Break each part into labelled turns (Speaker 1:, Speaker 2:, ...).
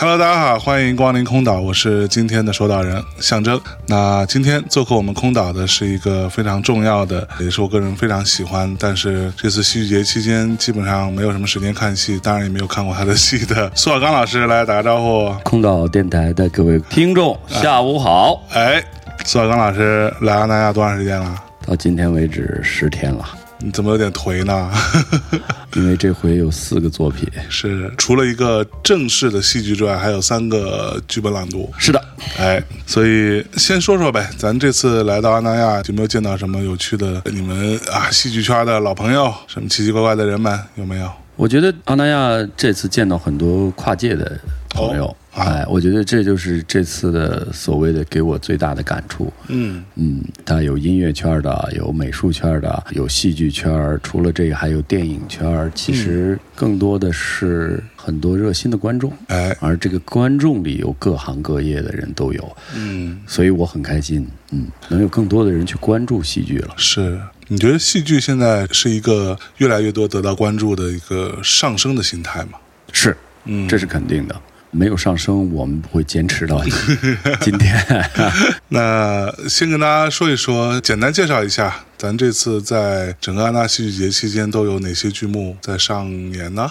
Speaker 1: Hello，大家好，欢迎光临空岛，我是今天的守岛人象征。那今天做客我们空岛的是一个非常重要的，也是我个人非常喜欢，但是这次戏剧节期间基本上没有什么时间看戏，当然也没有看过他的戏的苏小刚老师来打个招呼。
Speaker 2: 空岛电台的各位听众，下午好！
Speaker 1: 哎，苏小刚老师来阿那亚多长时间了？
Speaker 2: 到今天为止十天了，
Speaker 1: 啊你怎么有点颓呢？
Speaker 2: 因为这回有四个作品。
Speaker 1: 是除了一个正式的戏剧之外，还有三个剧本朗读。
Speaker 2: 是的，
Speaker 1: 哎，所以先说说呗，咱这次来到阿那亚，有没有见到什么有趣的？你们啊，戏剧圈的老朋友，什么奇奇怪怪的人们有没有？
Speaker 2: 我觉得阿那亚这次见到很多跨界的朋友，
Speaker 1: 啊
Speaker 2: 哎，我觉得这就是这次的所谓的给我最大的感触。
Speaker 1: 嗯，
Speaker 2: 嗯，它有音乐圈的，有美术圈的，有戏剧圈，除了这个还有电影圈。其实更多的是很多热心的观众，
Speaker 1: 哎，
Speaker 2: 而这个观众里有各行各业的人都有。
Speaker 1: 嗯，
Speaker 2: 所以我很开心，嗯，能有更多的人去关注戏剧了。
Speaker 1: 是。你觉得戏剧现在是一个越来越多得到关注的一个上升的心态吗？
Speaker 2: 是，
Speaker 1: 嗯，
Speaker 2: 这是肯定的。没有上升，我们不会坚持到今天。
Speaker 1: 那先跟大家说一说，简单介绍一下，咱这次在整个安娜戏剧节期间都有哪些剧目在上演呢？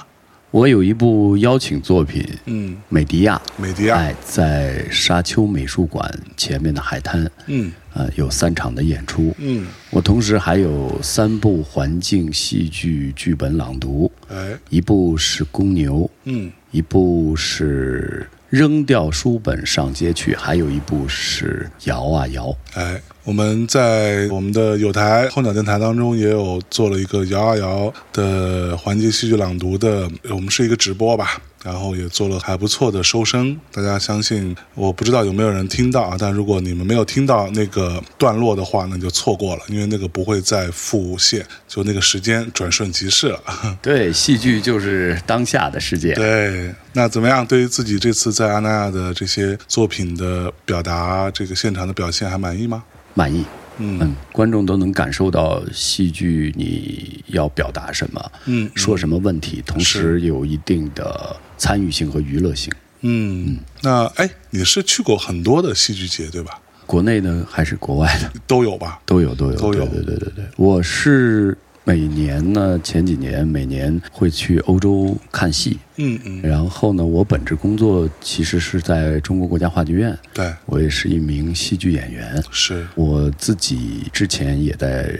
Speaker 2: 我有一部邀请作品《
Speaker 1: 嗯，
Speaker 2: 美迪亚
Speaker 1: 美迪》，亚，
Speaker 2: 哎，在沙丘美术馆前面的海滩，
Speaker 1: 嗯
Speaker 2: 呃，有三场的演出。
Speaker 1: 嗯，
Speaker 2: 我同时还有三部环境戏剧剧本朗读，
Speaker 1: 哎，
Speaker 2: 一部是《公牛》，
Speaker 1: 嗯
Speaker 2: 一部是扔掉书本上街去，还有一部是摇啊摇。
Speaker 1: 哎，我们在我们的有台候鸟电台当中也有做了一个摇啊摇的环节戏剧朗读的，我们是一个直播吧，然后也做了还不错的收声。大家相信，我不知道有没有人听到啊，但如果你们没有听到那个段落的话，那你就错过了，因为那个不会再复现，就那个时间转瞬即逝了。
Speaker 2: 对，戏剧就是当下的世界。
Speaker 1: 对，那怎么样？对于自己这次在阿那亚的这些作品的表达，这个现场的表现还满意吗？
Speaker 2: 满意，
Speaker 1: 嗯
Speaker 2: 嗯，观众都能感受到戏剧你要表达什么，
Speaker 1: 嗯
Speaker 2: 说什么问题，同时有一定的参与性和娱乐性。
Speaker 1: 嗯，那哎，你是去过很多的戏剧节对吧？
Speaker 2: 国内呢还是国外的
Speaker 1: 都有吧？
Speaker 2: 都有都有
Speaker 1: 嗯都有
Speaker 2: 对对对对对，我是。每年呢，前几年每年会去欧洲看戏，
Speaker 1: 嗯嗯，
Speaker 2: 然后呢，我本职工作其实是在中国国家话剧院，
Speaker 1: 对，
Speaker 2: 我也是一名戏剧演员。
Speaker 1: 是，
Speaker 2: 我自己之前也在，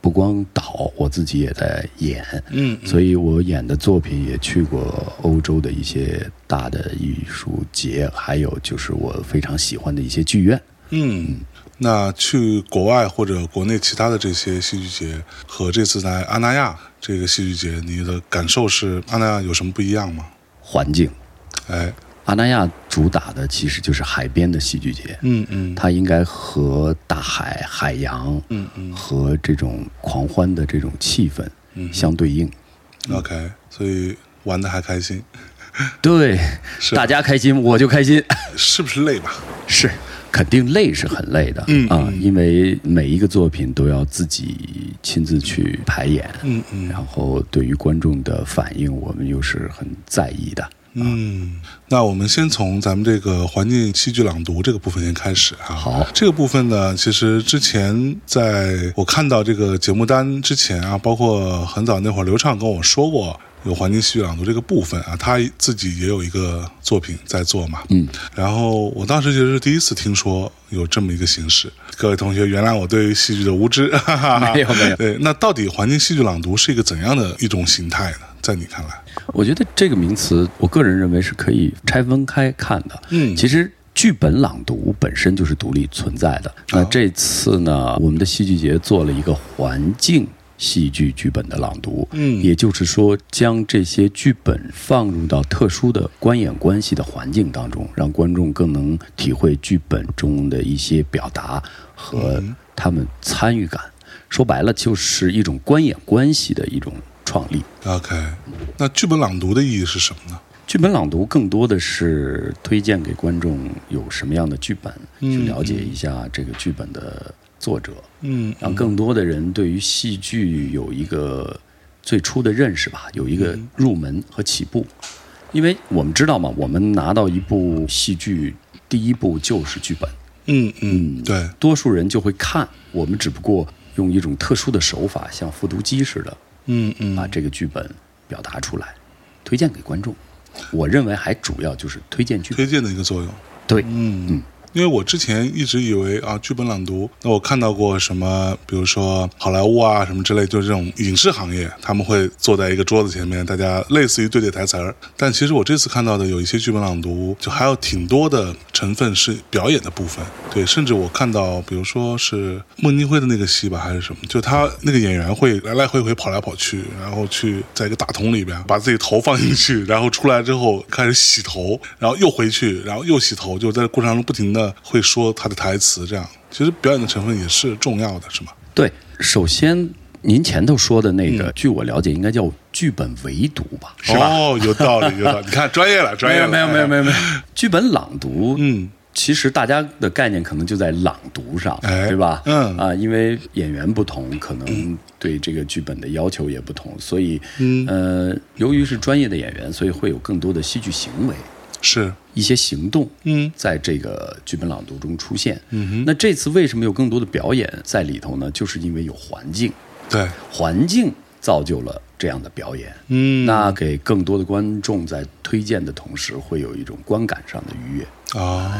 Speaker 2: 不光导，我自己也在演，
Speaker 1: 嗯
Speaker 2: 所以我演的作品也去过欧洲的一些大的艺术节，还有就是我非常喜欢的一些剧院。
Speaker 1: 嗯。那去国外或者国内其他的这些戏剧节和这次在阿那亚这个戏剧节，你的感受是阿那亚有什么不一样吗？
Speaker 2: 环境，
Speaker 1: 哎，
Speaker 2: 阿那亚主打的其实就是海边的戏剧节，
Speaker 1: 嗯嗯
Speaker 2: 它应该和大海、海洋
Speaker 1: 嗯嗯
Speaker 2: 和这种狂欢的这种气氛
Speaker 1: 嗯
Speaker 2: 相对应。
Speaker 1: ，OK，所以玩的还开心，
Speaker 2: 对，
Speaker 1: 是
Speaker 2: 大家开心我就开心，
Speaker 1: 是不是累吧？
Speaker 2: 是肯定累是很累的，
Speaker 1: 嗯
Speaker 2: 啊，因为每一个作品都要自己亲自去排演，
Speaker 1: 嗯嗯
Speaker 2: 然后对于观众的反应，我们又是很在意的。
Speaker 1: 嗯。那我们先从咱们这个环境戏剧朗读这个部分先开始啊。
Speaker 2: 好，
Speaker 1: 这个部分呢，其实之前在我看到这个节目单之前啊，包括很早那会儿，刘畅跟我说过有环境戏剧朗读这个部分啊，他自己也有一个作品在做嘛。
Speaker 2: 嗯，
Speaker 1: 然后我当时其实是第一次听说有这么一个形式，各位同学原谅我对于戏剧的无知。哈哈哈
Speaker 2: 没有没 有
Speaker 1: 对，那到底环境戏剧朗读是一个怎样的一种形态呢？在你看来，
Speaker 2: 我觉得这个名词，我个人认为是可以拆分开看的。
Speaker 1: 嗯
Speaker 2: 其实剧本朗读本身就是独立存在
Speaker 1: 哦
Speaker 2: 的。那这次呢，我们的戏剧节做了一个环境戏剧剧本的朗读，
Speaker 3: 嗯
Speaker 2: 也就是说，将这些剧本放入到特殊的观演关系的环境当中，让观众更能体会剧本中的一些表达和他们参与感。说白了，就是一种观演关系的一种创立。
Speaker 1: OK，那剧本朗读的意义是什么呢？
Speaker 2: 剧本朗读更多的是推荐给观众有什么样的剧本，去了解一下这个剧本的作者，
Speaker 3: 嗯
Speaker 2: 让更多的人对于戏剧有一个最初的认识吧，有一个入门和起步。因为我们知道嘛，我们拿到一部戏剧，第一步就是剧本，
Speaker 3: 嗯嗯
Speaker 1: 对，
Speaker 2: 多数人就会看，我们只不过用一种特殊的手法，像复读机似的，
Speaker 3: 嗯嗯，
Speaker 2: 把这个剧本表达出来，推荐给观众。我认为还主要就是推荐剧本。
Speaker 1: 推荐的一个作用。
Speaker 2: 对，
Speaker 1: 因为我之前一直以为啊，剧本朗读，那我看到过什么，比如说好莱坞啊什么之类，就是这种影视行业，他们会坐在一个桌子前面，大家类似于对对台词儿。但其实我这次看到的有一些剧本朗读，就还有挺多的成分是表演的部分。对，甚至我看到，比如说是孟京辉的那个戏吧，还是什么，就他那个演员会来来回回跑来跑去，然后去在一个大桶里边把自己头放进去，然后出来之后开始洗头，然后又回去，然后又洗头，就在这过程中不停的会说他的台词，这样其实表演的成分也是重要的，是吗？
Speaker 2: 对，首先您前头说的那个，据我了解，应该叫剧本围读吧？是吧？
Speaker 1: 哦，有道理，有道理，你看专业了，专
Speaker 2: 没
Speaker 1: 业
Speaker 2: 有
Speaker 1: 了，
Speaker 2: 没有没有没有没有， 剧本朗读，
Speaker 1: 嗯，
Speaker 2: 其实大家的概念可能就在朗读上，
Speaker 1: 哎
Speaker 2: 对吧？
Speaker 1: 嗯
Speaker 2: 啊，因为演员不同，可能对这个剧本的要求也不同，所以，嗯呃，由于是专业的演员，所以会有更多的戏剧行为。
Speaker 1: 是，
Speaker 2: 一些行动，
Speaker 1: 嗯，
Speaker 2: 在这个剧本朗读中出现，嗯哼。那这次为什么有更多的表演在里头呢？就是因为有环境，
Speaker 1: 对，
Speaker 2: 环境造就了这样的表演。
Speaker 1: 嗯
Speaker 2: 那给更多的观众在推荐的同时，会有一种观感上的愉悦。
Speaker 1: 哦，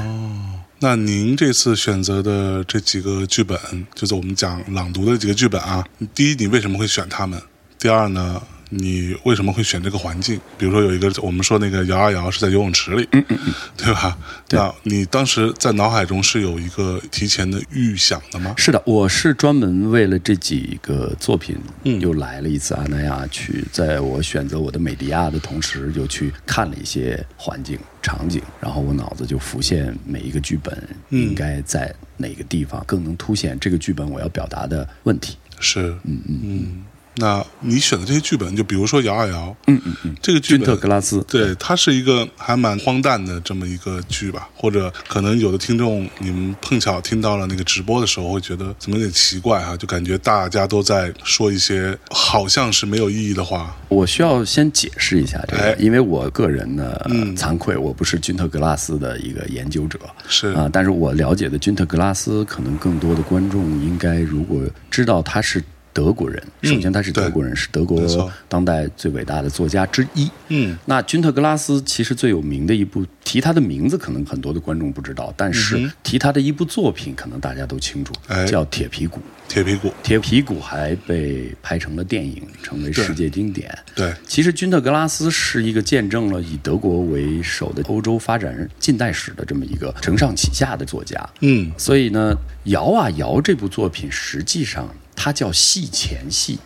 Speaker 1: 那您这次选择的这几个剧本，就是我们讲朗读的几个剧本啊。第一，你为什么会选他们？第二呢，你为什么会选这个环境？比如说有一个我们说那个摇啊摇是在游泳池里，嗯嗯嗯对吧？
Speaker 2: 对
Speaker 1: 那你当时在脑海中是有一个提前的预想的吗？
Speaker 2: 是的，我是专门为了这几个作品，
Speaker 1: 嗯
Speaker 2: 又来了一次阿那亚去。在我选择我的美迪亚的同时，又去看了一些环境场景，然后我脑子就浮现每一个剧本
Speaker 1: 嗯
Speaker 2: 应该在哪个地方，更能凸显这个剧本我要表达的问题。
Speaker 1: 是，嗯嗯那你选的这些剧本，就比如说摇啊摇，嗯嗯嗯，这个剧
Speaker 2: 君
Speaker 1: 本
Speaker 2: 特格拉斯，
Speaker 1: 对，它是一个还蛮荒诞的这么一个剧吧，或者可能有的听众你们碰巧听到了那个直播的时候，会觉得怎么有点奇怪哈、就感觉大家都在说一些好像是没有意义的话。
Speaker 2: 我需要先解释一下这
Speaker 1: 哎嗯
Speaker 2: 个，因为我个人呢，呃惭愧，我不是君特格拉斯的一个研究者，
Speaker 1: 是
Speaker 2: 啊，但是我了解的君特格拉斯，可能更多的观众应该如果知道他是德国人，首先他是德国人，是德
Speaker 1: 嗯没错
Speaker 2: 国当代最伟大的作家之一。
Speaker 1: 嗯，
Speaker 2: 那君特格拉斯其实最有名的一部，提他的名字可能很多的观众不知道，但是提他的一部作品，可能大家都清楚
Speaker 1: 嗯哎，
Speaker 2: 叫《铁皮鼓》。
Speaker 1: 铁皮鼓，
Speaker 2: 铁皮鼓还被拍成了电影，成为世界经典。
Speaker 1: 对，
Speaker 2: 其实君特格拉斯是一个见证了以德国为首的欧洲发展近代史的这么一个承上启下的作家。
Speaker 1: 嗯，
Speaker 2: 所以呢，《摇啊摇》这部作品实际上它叫戏前戏，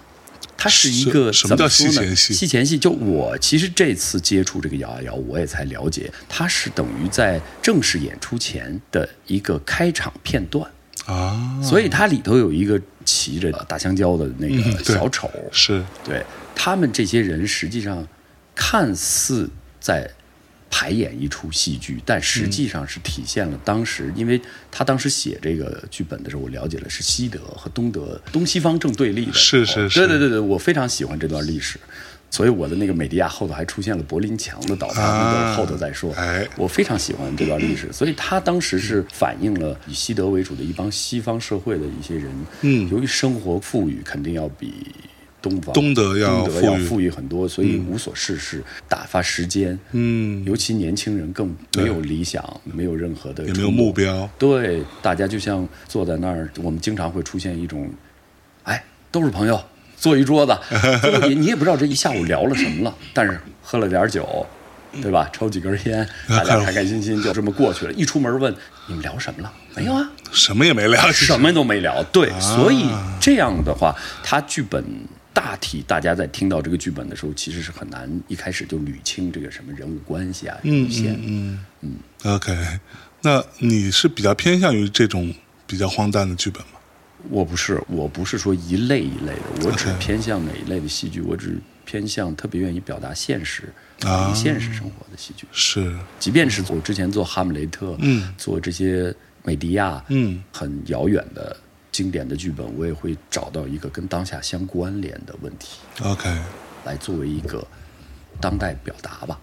Speaker 2: 它是一个
Speaker 1: 什什么叫
Speaker 2: 怎说
Speaker 1: 戏
Speaker 2: 呢
Speaker 1: 前戏
Speaker 2: 戏前戏就我其实这次接触这个《摇啊摇》，我也才了解，它是等于在正式演出前的一个开场片段。
Speaker 1: 啊，
Speaker 2: 所以它里头有一个骑着大香蕉的那
Speaker 1: 嗯
Speaker 2: 个
Speaker 1: 对
Speaker 2: 小丑，
Speaker 1: 是，
Speaker 2: 对他们这些人实际上看似在排演一出戏剧，但实
Speaker 1: 嗯
Speaker 2: 际上是体现了当时，因为他当时写这个剧本的时候，我了解了是西德和东德东西方正对立的时候，
Speaker 1: 是是是
Speaker 2: 对对对对，我非常喜欢这段历史。所以我的那个美迪亚后头还出现了柏林墙的倒塌，
Speaker 1: 啊
Speaker 2: 那个后头再说。
Speaker 1: 哎
Speaker 2: 我非常喜欢这段历史，所以他当时是反映了以西德为主的一帮西方社会的一些人，
Speaker 1: 嗯
Speaker 2: 由于生活富裕，肯定要比东方
Speaker 1: 东德要
Speaker 2: 东德要
Speaker 1: 富裕
Speaker 2: 富裕很多，所以无所事事，打发时间。
Speaker 1: 嗯，
Speaker 2: 尤其年轻人更没有理想，没有任何的
Speaker 1: 也没
Speaker 2: 冲
Speaker 1: 有
Speaker 2: 动
Speaker 1: 目标，
Speaker 2: 对，大家就像坐在那儿，我们经常会出现一种，哎，都是朋友， 坐一桌子，最后你你也不知道这一下午聊了什么了，但是喝了点儿酒，对吧？抽几根 烟，
Speaker 1: 嗯
Speaker 2: 大家
Speaker 1: 嗯
Speaker 2: 开开心心就这么过去了。一出门问你们聊什么了？没有啊，
Speaker 1: 什么也没聊，其实
Speaker 2: 什么都没聊。对，
Speaker 1: 啊
Speaker 2: 所以这样的话，它剧本大体大家在听到这个剧本的时候，其实是很难一开始就捋清这个什么人物关系啊、
Speaker 1: 嗯
Speaker 2: 主线。
Speaker 1: OK，那你是比较偏向于这种比较荒诞的剧本吗？
Speaker 2: 我不是，我不是说一类一类的，我只
Speaker 1: OK
Speaker 2: 偏向哪一类的戏剧，我只偏向特别愿意表达现实、
Speaker 1: 啊
Speaker 2: 现实生活的戏剧。
Speaker 1: 是，
Speaker 2: 即便是我之前做《哈姆雷特》，
Speaker 1: 嗯，
Speaker 2: 做这些美迪亚，
Speaker 1: 嗯，
Speaker 2: 很遥远的经典的剧本，我也会找到一个跟当下相关联的问题，
Speaker 1: OK，
Speaker 2: 来作为一个当代表达吧。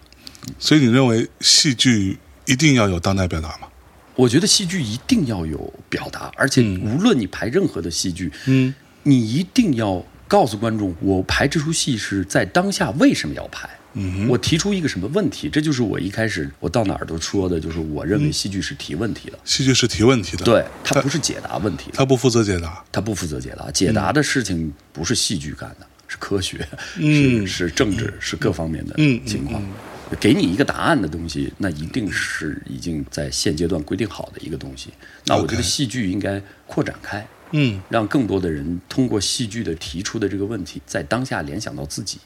Speaker 1: 所以你认为戏剧一定要有当代表达吗？
Speaker 2: 我觉得戏剧一定要有表达，而且无论你排任何的戏剧，
Speaker 1: 嗯，
Speaker 2: 你一定要告诉观众，我排这出戏是在当下为什么要排。嗯，我提出一个什么问题，这就是我一开始我到哪儿都说的，就是我认为戏剧是提问题的，
Speaker 1: 戏剧是提问题的，，
Speaker 2: 对，它不是解答问题的，
Speaker 1: 他不负责解答。
Speaker 2: 它不负责解答，解答的事情不是戏剧干的，是科学，
Speaker 1: 嗯
Speaker 2: 是是政治，是各方面的
Speaker 1: 嗯嗯
Speaker 2: 情况。给你一个答案的东西，那一定是已经在现阶段规定好的一个东西。那我觉
Speaker 1: OK
Speaker 2: 得戏剧应该扩展开，
Speaker 1: 嗯
Speaker 2: 让更多的人通过戏剧的提出的这个问题，在当下联想到自己，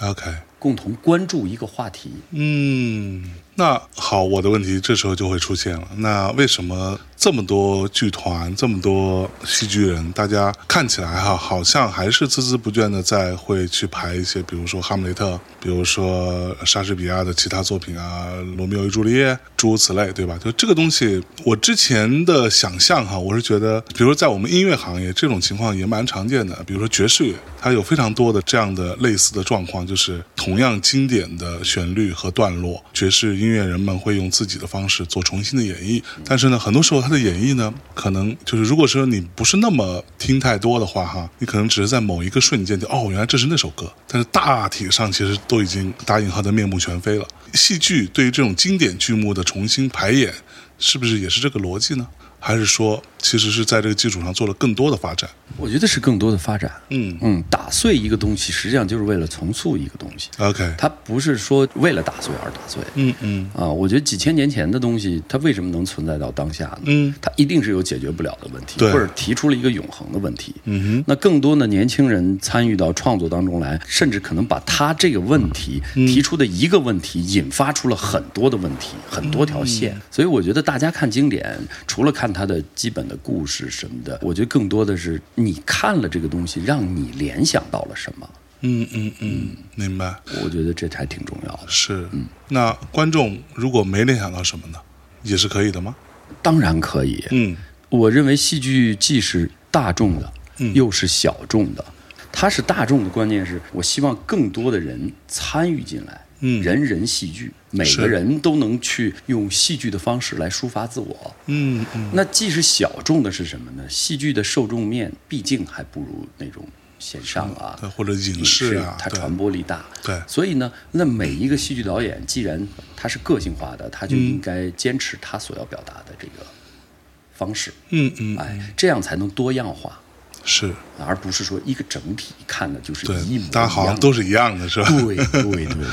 Speaker 1: ，OK，
Speaker 2: 共同关注一个话题。
Speaker 1: 嗯，那好，我的问题这时候就会出现了。那为什么这么多剧团、这么多戏剧人，大家看起来哈，好像还是孜孜不倦的在会去排一些，比如说《哈姆雷特》，比如说莎士比亚的其他作品啊，《罗密欧与朱丽叶》诸如此类，对吧？就这个东西，我之前的想象哈，我是觉得，比如在我们音乐行业，这种情况也蛮常见的。比如说爵士乐，它有非常多的这样的类似的状况，就是同样经典的旋律和段落，爵士音乐人们会用自己的方式做重新的演绎。但是呢，很多时候它的演绎呢，可能就是如果说你不是那么听太多的话，哈，你可能只是在某一个瞬间就哦，原来这是那首歌，但是大体上其实都已经打引号的面目全非了。戏剧对于这种经典剧目的重新排演，是不是也是这个逻辑呢？还是说，其实是在这个基础上做了更多的发展？
Speaker 2: 我觉得是更多的发展。
Speaker 1: 嗯
Speaker 2: 嗯，打碎一个东西，实际上就是为了重塑一个东西。
Speaker 1: ，OK，
Speaker 2: 它不是说为了打碎而打碎，
Speaker 1: 嗯嗯
Speaker 2: 啊，我觉得几千年前的东西，它为什么能存在到当下呢？
Speaker 1: 嗯，
Speaker 2: 它一定是有解决不了的问题，
Speaker 1: 对
Speaker 2: 或者提出了一个永恒的问题。
Speaker 1: 嗯
Speaker 2: 那更多的年轻人参与到创作当中来，甚至可能把他这个问题、
Speaker 1: 嗯
Speaker 2: 提出的一个问题，引发出了很多的问题，很多条线。
Speaker 1: 嗯
Speaker 2: 所以我觉得大家看经典，除了看它的基本的故事什么的，我觉得更多的是你看了这个东西，让你联想到了什么。
Speaker 1: 嗯嗯嗯，明白。
Speaker 2: 我觉得这才挺重要的。
Speaker 1: 是，那观众如果没联想到什么呢，也是可以的吗？
Speaker 2: 当然可以，
Speaker 1: 嗯
Speaker 2: 我认为戏剧既是大众的，
Speaker 1: 嗯
Speaker 2: 又是小众的。它是大众的，关键是我希望更多的人参与进来。
Speaker 1: 嗯
Speaker 2: 人人戏剧，每
Speaker 1: 是
Speaker 2: 个人都能去用戏剧的方式来抒发自我。
Speaker 1: 嗯嗯
Speaker 2: 那既是小众的是什么呢？戏剧的受众面毕竟还不如那种线上啊，
Speaker 1: 对或者影视嗯啊
Speaker 2: 它
Speaker 1: 对
Speaker 2: 传播力大。
Speaker 1: 对
Speaker 2: 所以呢，那每一个戏剧导演既然他是个性化的，他
Speaker 1: 嗯
Speaker 2: 就应该坚持他所要表达的这个方式。
Speaker 1: 嗯嗯，
Speaker 2: 哎，这样才能多样化，
Speaker 1: 是
Speaker 2: 而不是说一个整体看的就是
Speaker 1: 对
Speaker 2: 一模一样，的。
Speaker 1: 大家好像都是一样的，是吧？
Speaker 2: 对对对 对对，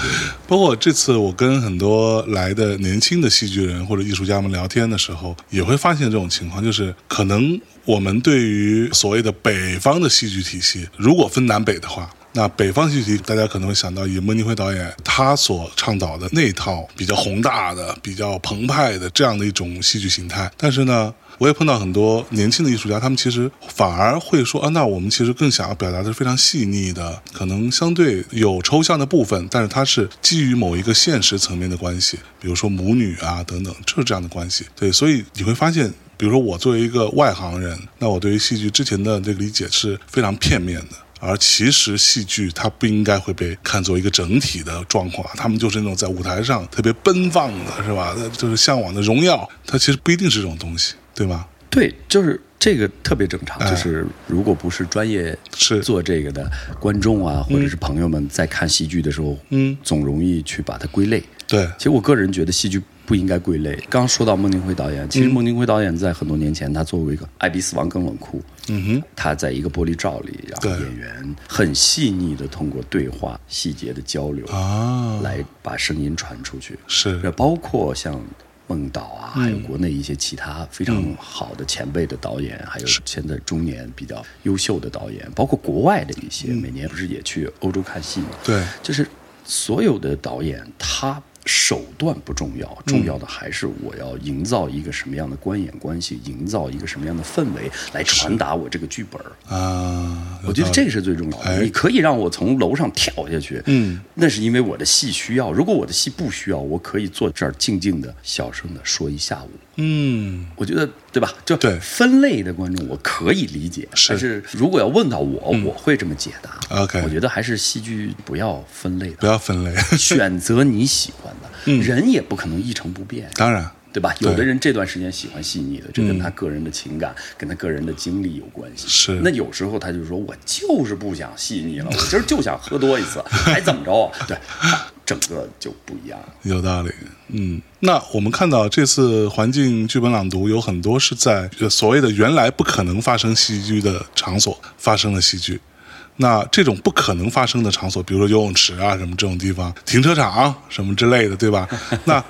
Speaker 1: 包括这次我跟很多来的年轻的戏剧人或者艺术家们聊天的时候，也会发现这种情况，就是可能我们对于所谓的北方的戏剧体系，如果分南北的话。那北方戏剧，大家可能会想到以莫尼辉导演他所倡导的那套比较宏大的、比较澎湃的这样的一种戏剧形态。但是呢，我也碰到很多年轻的艺术家，他们其实反而会说啊，那我们其实更想要表达的是非常细腻的，可能相对有抽象的部分，但是它是基于某一个现实层面的关系，比如说母女啊等等，就是这样的关系。对，所以你会发现。比如说，我作为一个外行人，那我对于戏剧之前的这个理解是非常片面的。而其实戏剧它不应该会被看作一个整体的状况，他们就是那种在舞台上特别奔放的，是吧？就是向往的荣耀，它其实不一定是这种东西，对吧？
Speaker 2: 对，就是这个特别正常，就是如果不是专业
Speaker 1: 哎是
Speaker 2: 做这个的观众啊，或者是朋友们在看戏剧的时候，
Speaker 1: 嗯，
Speaker 2: 总容易去把它归类。
Speaker 1: 对，
Speaker 2: 其实我个人觉得戏剧不应该归类。刚说到孟京辉导演，其实
Speaker 1: 嗯
Speaker 2: 孟京辉导演在很多年前他做过一个《爱迪死亡更冷酷》，
Speaker 1: 嗯哼，
Speaker 2: 他在一个玻璃罩里，然后
Speaker 1: 对
Speaker 2: 演员很细腻的通过对话、细节的交流
Speaker 1: 啊，
Speaker 2: 来把声音传出去。
Speaker 1: 是
Speaker 2: 那包括像孟导啊，还有国内一些其他非常好的前辈的导演，还有现在中年比较优秀的导演，包括国外的一些，每年不是也去欧洲看戏嘛？
Speaker 1: 对，
Speaker 2: 就是所有的导演他。手段不重要，重要的还是我要营造一个什么样的观演关系，营造一个什么样的氛围，来传达我这个剧本儿。
Speaker 1: 啊，
Speaker 2: 我觉得这个是最重要
Speaker 1: 哎
Speaker 2: 的。你可以让我从楼上跳下去，
Speaker 1: 嗯，
Speaker 2: 那是因为我的戏需要。如果我的戏不需要，我可以坐这儿静静的、小声的说一下午。
Speaker 1: 嗯，
Speaker 2: 我觉得对吧？就
Speaker 1: 对
Speaker 2: 分类的观众，我可以理解。
Speaker 1: 是嗯
Speaker 2: 但是如果要问到我，我会这么解答。
Speaker 1: OK
Speaker 2: 我觉得还是戏剧不要分类
Speaker 1: 不
Speaker 2: 的，
Speaker 1: 要分类，
Speaker 2: 选择你喜欢的。
Speaker 1: 嗯
Speaker 2: 人也不可能一成不变。
Speaker 1: 当然，
Speaker 2: 对吧？
Speaker 1: 对嗯
Speaker 2: 有的人这段时间喜欢细腻的，这跟他个人的情感、跟他个人的经历有关系。
Speaker 1: 是
Speaker 2: 那有时候他就说：“我就是不想细腻了，我今儿就想喝多一次， 还怎么着啊？”对，整个就不一样了。
Speaker 1: 有道理。嗯，那我们看到这次环境剧本朗读有很多是在呃所谓的原来不可能发生戏剧的场所发生的戏剧。那这种不可能发生的场所，比如说游泳池啊什么这种地方、停车场啊什么之类的，对吧？ 那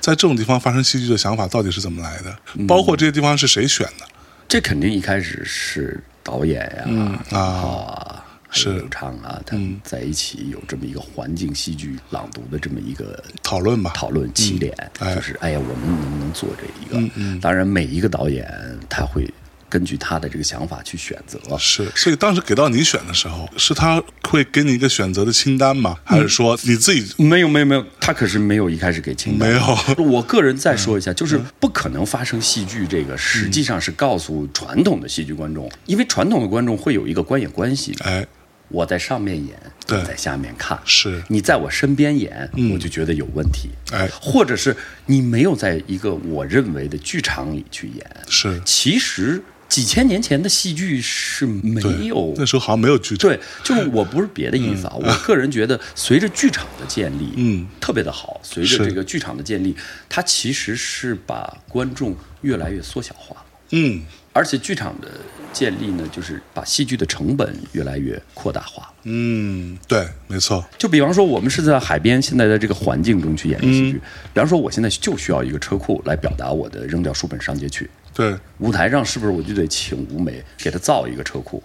Speaker 1: 在这种地方发生戏剧的想法到底是怎么来的？
Speaker 2: 嗯
Speaker 1: 包括这些地方是谁选的？
Speaker 2: 这肯定一开始是导演呀、
Speaker 1: 啊
Speaker 2: 啊、浩啊，还有
Speaker 1: 是嗯
Speaker 2: 刘畅啊，他们在一起有这么一个环境戏剧朗读的这么一个
Speaker 1: 讨论吧。
Speaker 2: 讨论起点，
Speaker 1: 哎嗯
Speaker 2: 就是哎呀，我们能不能做这一个？当然，每一个导演他会根据他的这个想法去选择。
Speaker 1: 是，所以当时给到你选的时候，是他会给你一个选择的清单吗？还是说你自己
Speaker 2: 没有没有没有，他可是没有一开始给清单。
Speaker 1: 没有？嗯
Speaker 2: 我个人再说一下，就是不可能发生戏剧这个，实际上是告诉传统的戏剧观众，因为传统的观众会有一个观演关系，
Speaker 1: 哎，
Speaker 2: 我在上面演，
Speaker 1: 对
Speaker 2: 你在下面看，
Speaker 1: 是嗯
Speaker 2: 你在我身边演，我就觉得有问题，
Speaker 1: 哎
Speaker 2: 或者是你没有在一个我认为的剧场里去演，
Speaker 1: 是
Speaker 2: 其实几千年前的戏剧是没
Speaker 1: 对
Speaker 2: 有
Speaker 1: 那时候好像没有剧场。
Speaker 2: 对，就是我不是别的意思啊，我个人觉得随着剧场的建立，
Speaker 1: 嗯，
Speaker 2: 特别的好。随
Speaker 1: 是
Speaker 2: 着这个剧场的建立，它其实是把观众越来越缩小化了，
Speaker 1: 嗯，
Speaker 2: 而且剧场的建立呢，就是把戏剧的成本越来越扩大化了。
Speaker 1: 嗯，对，没错，
Speaker 2: 就比方说，我们是在海边，现在在这个环境中去演绎戏剧。
Speaker 1: 嗯
Speaker 2: 比方说，我现在就需要一个车库来表达我的扔掉书本上街去。
Speaker 1: 对，
Speaker 2: 舞台上是不是我就得请舞美给他造一个车库？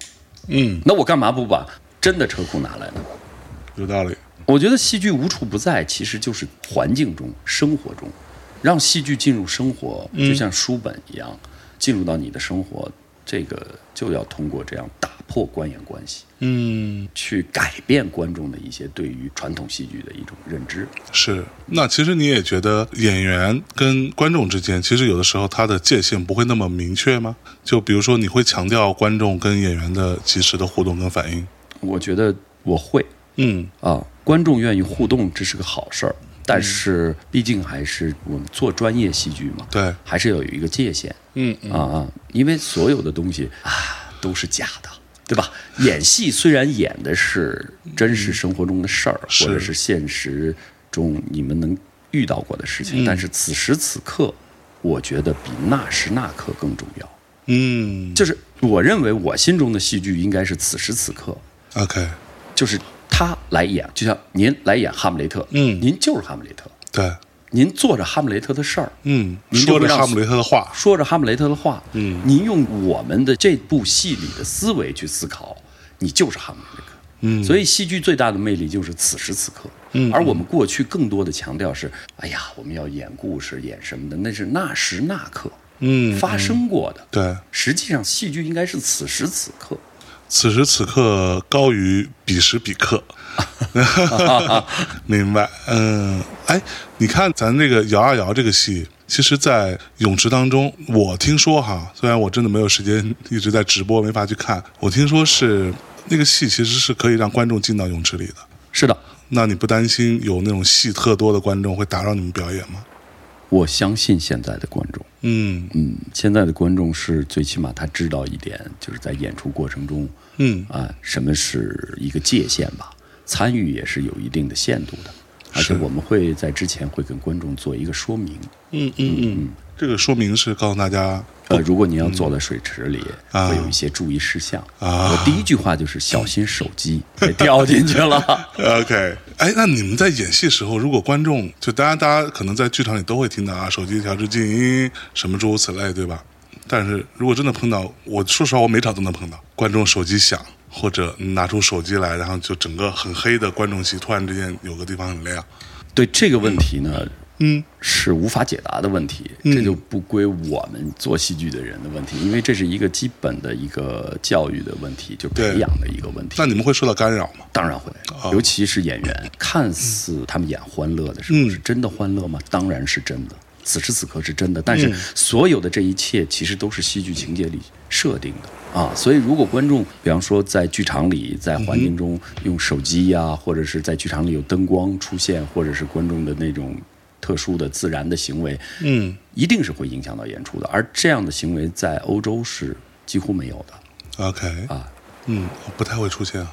Speaker 1: 嗯，
Speaker 2: 那我干嘛不把真的车库拿来呢？
Speaker 1: 有道理。
Speaker 2: 我觉得戏剧无处不在，其实就是环境中、生活中，让戏剧进入生活，就像书本一样，进入到你的生活。这个就要通过这样打破观演关系，
Speaker 1: 嗯，
Speaker 2: 去改变观众的一些对于传统戏剧的一种认知。
Speaker 1: 是。那其实你也觉得演员跟观众之间，其实有的时候他的界限不会那么明确吗？就比如说，你会强调观众跟演员的及时的互动跟反应。
Speaker 2: 我觉得我会
Speaker 1: 嗯，
Speaker 2: 啊，观众愿意互动，这是个好事儿。但是毕竟还是我们做专业戏剧嘛，
Speaker 1: 对，
Speaker 2: 还是要有一个界限。
Speaker 1: 嗯
Speaker 2: 啊啊，因为所有的东西啊都是假的，对吧？演戏虽然演的是真实生活中的事儿，
Speaker 1: 是
Speaker 2: 或者是现实中你们能遇到过的事
Speaker 1: 嗯
Speaker 2: 情，但是此时此刻，我觉得比那时那刻更重要。
Speaker 1: 嗯
Speaker 2: 就是我认为我心中的戏剧应该是此时此刻，
Speaker 1: ，OK，
Speaker 2: 就是他来演，就像您来演哈姆雷特，
Speaker 1: 嗯
Speaker 2: 您就是哈姆雷特，
Speaker 1: 对，
Speaker 2: 您做着哈姆雷特的事儿，
Speaker 1: 嗯，
Speaker 2: 您
Speaker 1: 说
Speaker 2: 就
Speaker 1: 着
Speaker 2: 会让
Speaker 1: 哈姆雷特的话，
Speaker 2: 说着哈姆雷特的话，嗯，您用我们的这部戏里的思维去思考，你就是哈姆雷特。嗯，所以戏剧最大的魅力就是此时此刻。嗯，而我们过去更多的强调是，哎呀，我们要演故事，演什么的，那是那时那刻，
Speaker 1: 嗯
Speaker 2: 发生过的。
Speaker 1: 对，
Speaker 2: 实际上，戏剧应该是此时此刻。
Speaker 1: 此时此刻高于彼时彼刻。 明白，嗯，哎，你看咱这个摇啊摇这个戏，其实，在泳池当中，我听说哈，虽然我真的没有时间一直在直播，没法去看，我听说是那个戏其实是可以让观众进到泳池里的。
Speaker 2: 是的，
Speaker 1: 那你不担心有那种戏特多的观众会打扰你们表演吗？
Speaker 2: 我相信现在的观众，
Speaker 1: 嗯
Speaker 2: 嗯，现在的观众是最起码他知道一点，就是在演出过程中
Speaker 1: 嗯，
Speaker 2: 啊，什么是一个界限吧，参与也是有一定的限度的，而且
Speaker 1: 是
Speaker 2: 我们会在之前会跟观众做一个说明。
Speaker 1: 嗯嗯嗯，这个说明是告诉大家
Speaker 2: 呃，如果你要坐在水池里，
Speaker 1: 啊
Speaker 2: 会有一些注意事项。
Speaker 1: 啊
Speaker 2: 我第一句话就是小心手机，别 掉进 去了。
Speaker 1: OK，哎，那你们在演戏时候，如果观众就大家大家可能在剧场里都会听到啊，手机调至静音什么诸如此类，对吧？但是如果真的碰到，我说实话，我每场都能碰到观众手机响，或者拿出手机来，然后就整个很黑的观众席突然之间有个地方很亮，
Speaker 2: 对这个问题呢，
Speaker 1: 嗯，
Speaker 2: 是无法解答的问题，这就不归我们做戏剧的人的问题，因为这是一个基本的一个教育的问题，就
Speaker 1: 对
Speaker 2: 培养的一个问题
Speaker 1: 那。你们会受到干扰吗？
Speaker 2: 当然会，
Speaker 1: 哦
Speaker 2: 尤其是演员，看似他们演欢乐的时候，
Speaker 1: 嗯
Speaker 2: 是真的欢乐吗？当然是真的，此时此刻是真的。但
Speaker 1: 嗯
Speaker 2: 是所有的这一切其实都是戏剧情节里设定的啊。所以如果观众，比方说在剧场里，在环境中
Speaker 1: 嗯
Speaker 2: 用手机呀、或者是在剧场里有灯光出现，或者是观众的那种特殊的自然的行为，
Speaker 1: 嗯
Speaker 2: 一定是会影响到演出的。而这样的行为在欧洲是几乎没有的。
Speaker 1: ，OK
Speaker 2: 啊，
Speaker 1: 嗯，不太会出现啊。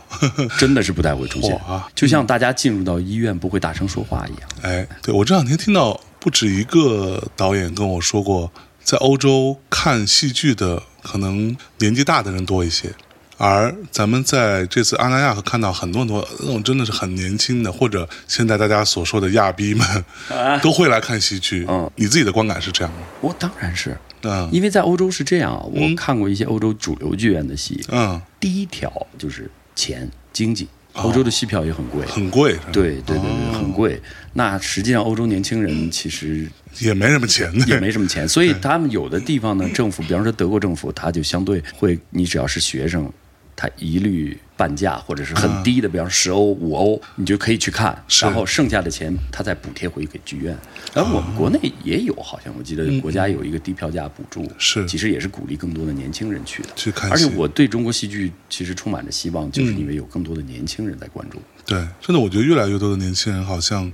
Speaker 2: 真的是不太会出现
Speaker 1: 哇，
Speaker 2: 就像大家进入到医院不会大声说话一样。
Speaker 1: 哎，对我这两天听到不止一个导演跟我说过，在欧洲看戏剧的可能年纪大的人多一些，而咱们在这次阿那亚可看到很多很多那种真的是很年轻的，或者现在大家所说的亚逼们，都会来看戏剧。
Speaker 2: 嗯
Speaker 1: 你自己的观感是这样吗？
Speaker 2: 我当然是，
Speaker 1: 嗯
Speaker 2: 因为在欧洲是这样啊，我看过一些欧洲主流剧院的戏，
Speaker 1: 嗯，
Speaker 2: 第一条就是钱经济，欧洲的戏票也哦很贵。哦
Speaker 1: 很贵，是吧
Speaker 2: 对对对对，很贵。那实际上，欧洲年轻人其实
Speaker 1: 也没什么钱
Speaker 2: 也
Speaker 1: 的。
Speaker 2: 没什么钱，所以他们有的地方呢，政府，比方说德国政府，他就相对会，你只要是学生，他一律半价或者是很低的，比方十欧、五欧，你就可以去看，然后剩下的钱他再补贴回给剧院。而我们国内也有，好像我记得国家有一个低票价补助，
Speaker 1: 是哎
Speaker 2: 其实也是鼓励更多的年轻人去的。
Speaker 1: 去看
Speaker 2: 而
Speaker 1: 戏，
Speaker 2: 且我对中国戏剧其实充满着希望，就是因为有更多的年轻人在关注。
Speaker 1: 对，真的，我觉得越来越多的年轻人好像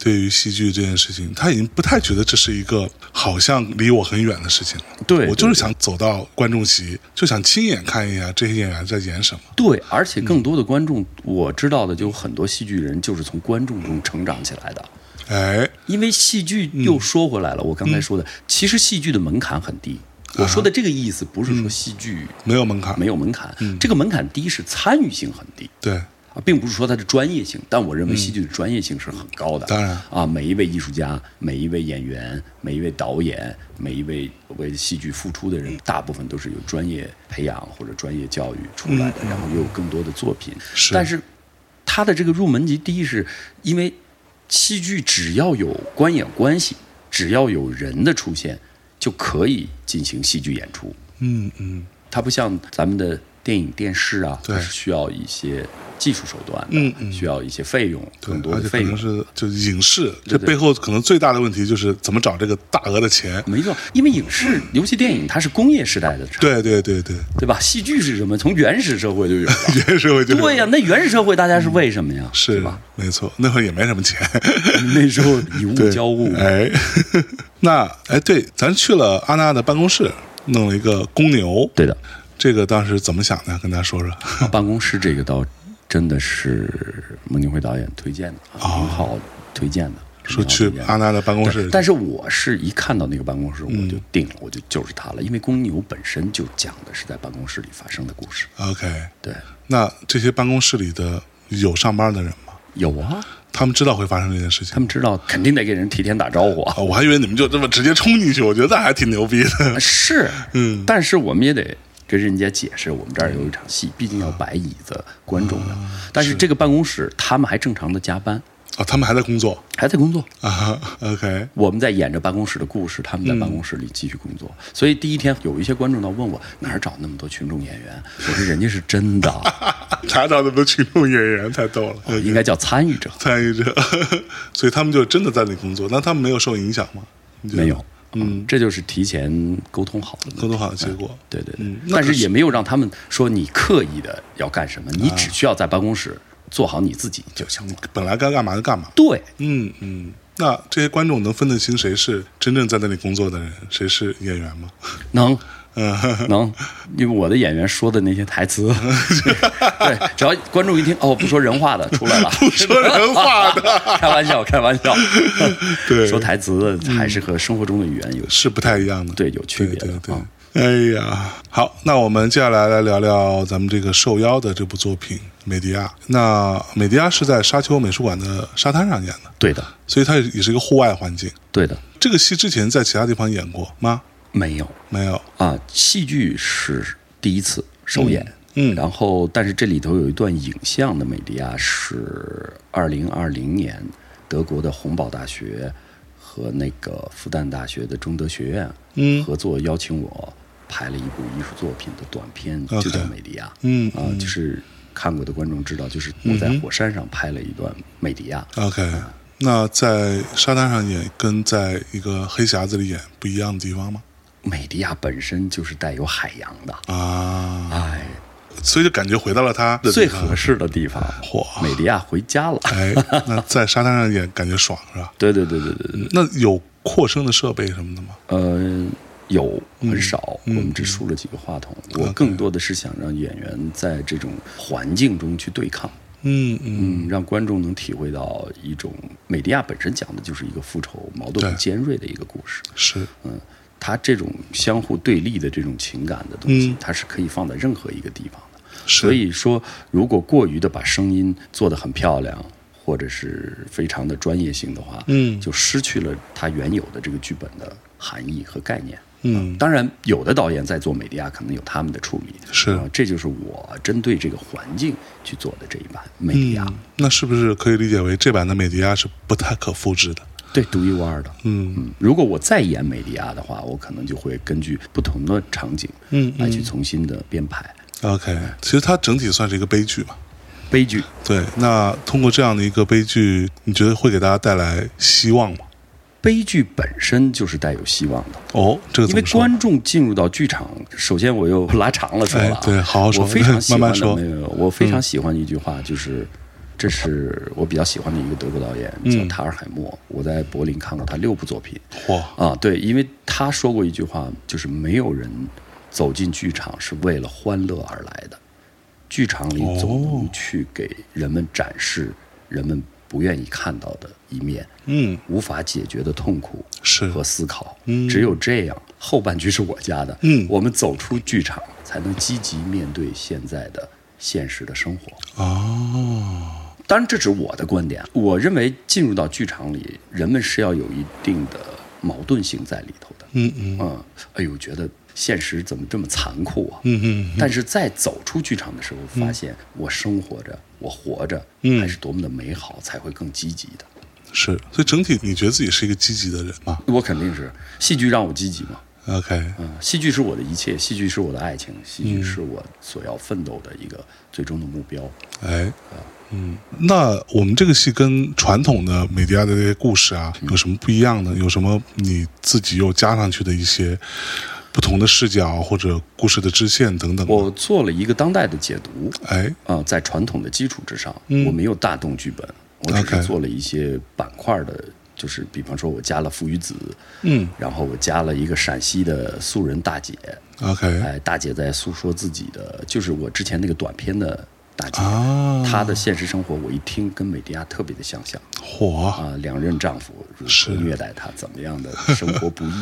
Speaker 1: 对于戏剧这件事情，他已经不太觉得这是一个好像离我很远的事情了。
Speaker 2: 对
Speaker 1: 我就是
Speaker 2: 对
Speaker 1: 想走到观众席，就想亲眼看一下这些演员在演什么。
Speaker 2: 对，而且更多的观众，我知道的就有很多戏剧人就是从观众中成长起来的。
Speaker 1: 哎，
Speaker 2: 因为戏剧又说回来了，我刚才说的，其实戏剧的门槛很低。我说的这个意思不是说戏剧
Speaker 1: 没有门槛，
Speaker 2: 没有门槛，这个门槛低是参与性很低
Speaker 1: 对，
Speaker 2: 啊，并不是说它的专业性，但我认为戏剧的专业性是很高的。
Speaker 1: 嗯当然
Speaker 2: 啊，每一位艺术家、每一位演员、每一位导演、每一位为戏剧付出的
Speaker 1: 嗯
Speaker 2: 人，大部分都是有专业培养或者专业教育出来的，然后又有更多的作品。
Speaker 1: 嗯是
Speaker 2: 但是他的这个入门级，第一是因为戏剧只要有观演关系，只要有人的出现，就可以进行戏剧演出。
Speaker 1: 嗯嗯
Speaker 2: 它不像咱们的电影、电视啊，
Speaker 1: 对
Speaker 2: 它是需要一些技术手段的，
Speaker 1: 嗯嗯
Speaker 2: 需要一些费用，
Speaker 1: 对
Speaker 2: 更，多
Speaker 1: 而
Speaker 2: 的
Speaker 1: 且可
Speaker 2: 费
Speaker 1: 能
Speaker 2: 用。
Speaker 1: 是就是影视，这
Speaker 2: 对对
Speaker 1: 背后可能最大的问题就是怎么找这个大额的钱。
Speaker 2: 没错，因为影视，尤其电影，它是工业时代的产物，
Speaker 1: 对对对对，
Speaker 2: 对吧？戏剧是什么？从原始社会 就有了。
Speaker 1: 原社会就是
Speaker 2: 对呀、那原始社会大家是为什么呀？
Speaker 1: 是
Speaker 2: 对吧？？
Speaker 1: 没错，那会儿也没什么钱。
Speaker 2: 那时候以物
Speaker 1: 对，
Speaker 2: 交物嘛，
Speaker 1: 哎， 那哎，对，咱去了阿娜的办公室，弄了一个公牛。
Speaker 2: 对的。
Speaker 1: 这个当时怎么想的？跟大家说说。
Speaker 2: 办公室这个倒真的是孟京辉导演推荐的，啊，很好推荐的，
Speaker 1: 哦说
Speaker 2: 很好推
Speaker 1: 去
Speaker 2: 荐的
Speaker 1: 阿娜的办公室，
Speaker 2: 但是嗯我是一看到那个办公室，我就定了，我就就是他了，因为公牛本身就讲的是在办公室里发生的故事。
Speaker 1: OK，
Speaker 2: 对，
Speaker 1: 那这些办公室里的有上班的人吗？
Speaker 2: 有啊，
Speaker 1: 他们知道会发生这件事
Speaker 2: 他
Speaker 1: 情。
Speaker 2: 们知道肯定得给人提前打招呼 啊。
Speaker 1: 啊，我还以为你们就这么直接冲进去，我觉得那还挺牛逼的。
Speaker 2: 是，
Speaker 1: 嗯，
Speaker 2: 但是我们也得跟人家解释，我们这儿有一场戏，毕竟要摆椅子，观众的。但嗯啊是这个办公室他们还正常的加班，
Speaker 1: 啊，他们还在工作
Speaker 2: 还在工作。
Speaker 1: 啊。OK，
Speaker 2: 我们在演着办公室的故事，他们在办公室里继续工作。所以第一天有一些观众呢问我哪儿找那么多群众演员，我说人家是真的，
Speaker 1: 查找那么多群众演员太逗了，
Speaker 2: 应该叫参与者，
Speaker 1: 参与者，所以他们就真的在那工作。那他们没有受影响吗？你觉得
Speaker 2: 没有，，嗯，这就是提前沟通好的问题
Speaker 1: 沟通好的结果。
Speaker 2: 对对对
Speaker 1: 嗯，那
Speaker 2: 但
Speaker 1: 可啊
Speaker 2: 是也没有让他们说你刻意的要干什么，你
Speaker 1: 嗯
Speaker 2: 只需要在办公室做好你自己就行了。
Speaker 1: 本来该干嘛就干嘛。
Speaker 2: 对，
Speaker 1: 嗯嗯，那这些观众能分得清谁是真正在那里工作的人，谁是演员吗？ 呃
Speaker 2: 能。能，因为我的演员说的那些台词， 对，只要观众一听，哦，不说人话的出来了，
Speaker 1: 不说人话的，
Speaker 2: 开玩笑，开玩笑，
Speaker 1: 对，
Speaker 2: 说台词的还是和生活中的语言有
Speaker 1: 是不太一样的，
Speaker 2: 对，有区别
Speaker 1: 对
Speaker 2: 的
Speaker 1: 对对
Speaker 2: 啊。
Speaker 1: 哎呀，好，那我们接下来来聊聊咱们这个受邀的这部作品《美迪亚》。那美迪亚是在沙丘美术馆的沙滩上演的，
Speaker 2: 对的，
Speaker 1: 所以它也是一个户外环境。
Speaker 2: 对的，
Speaker 1: 这个戏之前在其他地方演过吗？
Speaker 2: 没有
Speaker 1: 没有。
Speaker 2: 啊，戏剧是第一次首演，
Speaker 1: 嗯
Speaker 2: 然后但是这里头有一段影像的美迪亚是二零二零年德国的洪堡大学和那个复旦大学的中德学院
Speaker 1: 嗯
Speaker 2: 合作邀请我拍了一部艺术作品的短片，
Speaker 1: OK
Speaker 2: 就叫《美迪亚》。
Speaker 1: 嗯
Speaker 2: 啊、就是看过的观众知道，就是我在火山上拍了一段美迪亚。
Speaker 1: ，OK。那在沙滩上演跟在一个黑匣子里演不一样的地方吗？
Speaker 2: 美迪亚本身就是带有海洋的，
Speaker 1: 啊，
Speaker 2: 哎，
Speaker 1: 所以就感觉回到了他的
Speaker 2: 最
Speaker 1: 地方啊
Speaker 2: 合适的地方。
Speaker 1: 嚯！
Speaker 2: 美迪亚回家了。
Speaker 1: 哎，那在沙滩上演感觉爽是吧？
Speaker 2: 对对对对对对，
Speaker 1: 那有扩声的设备什么的吗？
Speaker 2: 呃，有很少，
Speaker 1: 嗯
Speaker 2: 我们只输了几个话筒。我更多的是想让演员在这种环境中去对抗。
Speaker 1: 嗯嗯，
Speaker 2: 嗯，让观众能体会到一种美迪亚本身讲的就是一个复仇矛盾
Speaker 1: 对
Speaker 2: 很尖锐的一个故事。
Speaker 1: 是
Speaker 2: 嗯，它这种相互对立的这种情感的东西，
Speaker 1: 嗯
Speaker 2: 它是可以放在任何一个地方的。
Speaker 1: 是，
Speaker 2: 所以说，如果过于的把声音做得很漂亮，或者是非常的专业性的话，
Speaker 1: 嗯
Speaker 2: 就失去了它原有的这个剧本的含义和概念。
Speaker 1: 嗯
Speaker 2: 当然，有的导演在做美迪亚，可能有他们的处理。
Speaker 1: 是
Speaker 2: 啊这就是我针对这个环境去做的这一啊版美迪亚，
Speaker 1: 嗯，那是不是可以理解为这版的美迪亚是不太可复制的？
Speaker 2: 对，独一无二的。
Speaker 1: 嗯
Speaker 2: 如果我再演美迪亚的话，我可能就会根据不同的场景
Speaker 1: 嗯
Speaker 2: 来去重新的编排。
Speaker 1: ，OK，其实它整体算是一个悲剧吧。
Speaker 2: 悲剧，
Speaker 1: 对，那通过这样的一个悲剧，你觉得会给大家带来希望吗？
Speaker 2: 悲剧本身就是带有希望的，
Speaker 1: 哦，这个
Speaker 2: 因
Speaker 1: 怎
Speaker 2: 为
Speaker 1: 么说？
Speaker 2: 观众进入到剧场，首先我又拉长了说了、啊
Speaker 1: 哎对好好说
Speaker 2: 我非常喜欢 的
Speaker 1: 慢慢说
Speaker 2: 没有，我非常喜欢一句话，就是。这是我比较喜欢的一个德国导演，
Speaker 1: 嗯
Speaker 2: 叫塔尔海默。我在柏林看过他六部作品
Speaker 1: 哇，
Speaker 2: 啊，对，因为他说过一句话，就是没有人走进剧场是为了欢乐而来的，剧场里总能去给人们展示人们不愿意看到的一面，
Speaker 1: 嗯，
Speaker 2: 无法解决的痛苦
Speaker 1: 是
Speaker 2: 和思考。只有这样，后半句是我家的。
Speaker 1: 嗯
Speaker 2: 我们走出剧场，才能积极面对现在的现实的生活。
Speaker 1: 哦，
Speaker 2: 当然，这只是我的观点。我认为进入到剧场里，人们是要有一定的矛盾性在里头的。
Speaker 1: 嗯嗯
Speaker 2: 嗯，哎呦，觉得现实怎么这么残酷啊？
Speaker 1: 嗯嗯，
Speaker 2: 但是在走出剧场的时候，发现我生活着，我活着，
Speaker 1: 嗯
Speaker 2: 还是多么的美好，才会更积极的。
Speaker 1: 是，所以整体你觉得自己是一个积极的人吗
Speaker 2: 我肯定是戏剧让我积极嘛。
Speaker 1: ？OK，
Speaker 2: 嗯，戏剧是我的一切，戏剧是我的爱情，戏剧是
Speaker 1: 嗯
Speaker 2: 我所要奋斗的一个最终的目标。
Speaker 1: 哎，嗯，那我们这个戏跟传统的美迪亚的这些故事啊，
Speaker 2: 嗯
Speaker 1: 有什么不一样呢？有什么你自己又加上去的一些不同的视角或者故事的支线等等？
Speaker 2: 我做了一个当代的解读，
Speaker 1: 哎，
Speaker 2: 啊、在传统的基础之上，
Speaker 1: 嗯
Speaker 2: 我没有大动剧本，我只
Speaker 1: OK
Speaker 2: 是做了一些板块的，就是比方说我加了父与子，
Speaker 1: 嗯
Speaker 2: 然后我加了一个陕西的素人大姐，
Speaker 1: 嗯，OK，
Speaker 2: 哎，大姐在诉说自己的，就是我之前那个短片的大姐，
Speaker 1: 啊，
Speaker 2: 她的现实生活，我一听跟美迪亚特别的相像。
Speaker 1: 火，
Speaker 2: 啊，两任丈夫如
Speaker 1: 是
Speaker 2: 何虐待她，怎么样的生活不易，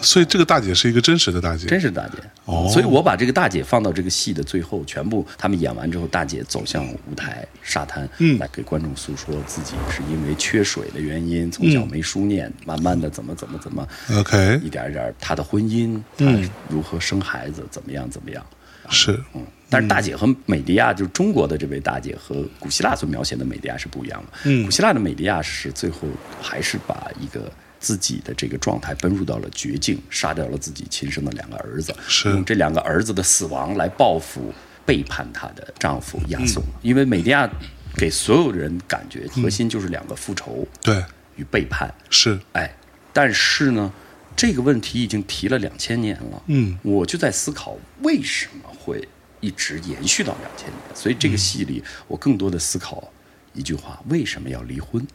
Speaker 1: 所以这个大姐是一个真实的大姐，
Speaker 2: 真是大姐。
Speaker 1: 哦
Speaker 2: 所以我把这个大姐放到这个戏的最后，全部他们演完之后，大姐走向舞台沙滩，
Speaker 1: 嗯
Speaker 2: 来给观众诉说自己是因为缺水的原因，从小没书念，慢慢的怎么怎么怎么，
Speaker 1: OK，
Speaker 2: 一点一点她的婚姻，她
Speaker 1: 嗯
Speaker 2: 如何生孩子，怎么样怎么样。
Speaker 1: 是，
Speaker 2: 嗯，但是大姐和美迪亚，就是中国的这位大姐和古希腊所描写的美迪亚是不一样的。
Speaker 1: 嗯
Speaker 2: 古希腊的美迪亚是最后还是把一个自己的这个状态奔入到了绝境，杀掉了自己亲生的两个儿子，
Speaker 1: 是
Speaker 2: 用这两个儿子的死亡来报复背叛她的丈夫
Speaker 1: 嗯
Speaker 2: 亚颂，因为美迪亚给所有人感觉核心就是两个复仇
Speaker 1: 对，
Speaker 2: 与背叛。
Speaker 1: 是，
Speaker 2: 哎，但是呢，这个问题已经提了两千年了。
Speaker 1: 嗯，
Speaker 2: 我就在思考为什么会一直延续到两千年。所以这个戏里，我更多的思考一句话：为什么要离婚？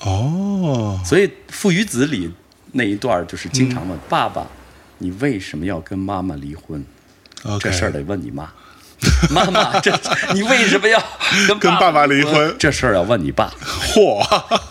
Speaker 1: 哦，
Speaker 2: 所以《父与子》里那一段儿就是经常问、爸爸：“你为什么要跟妈妈离婚？”
Speaker 1: o k
Speaker 2: 这事儿得问你妈。 妈妈，这你为什么要跟
Speaker 1: 跟爸爸离婚
Speaker 2: 这事儿要问你爸。
Speaker 1: 嚯，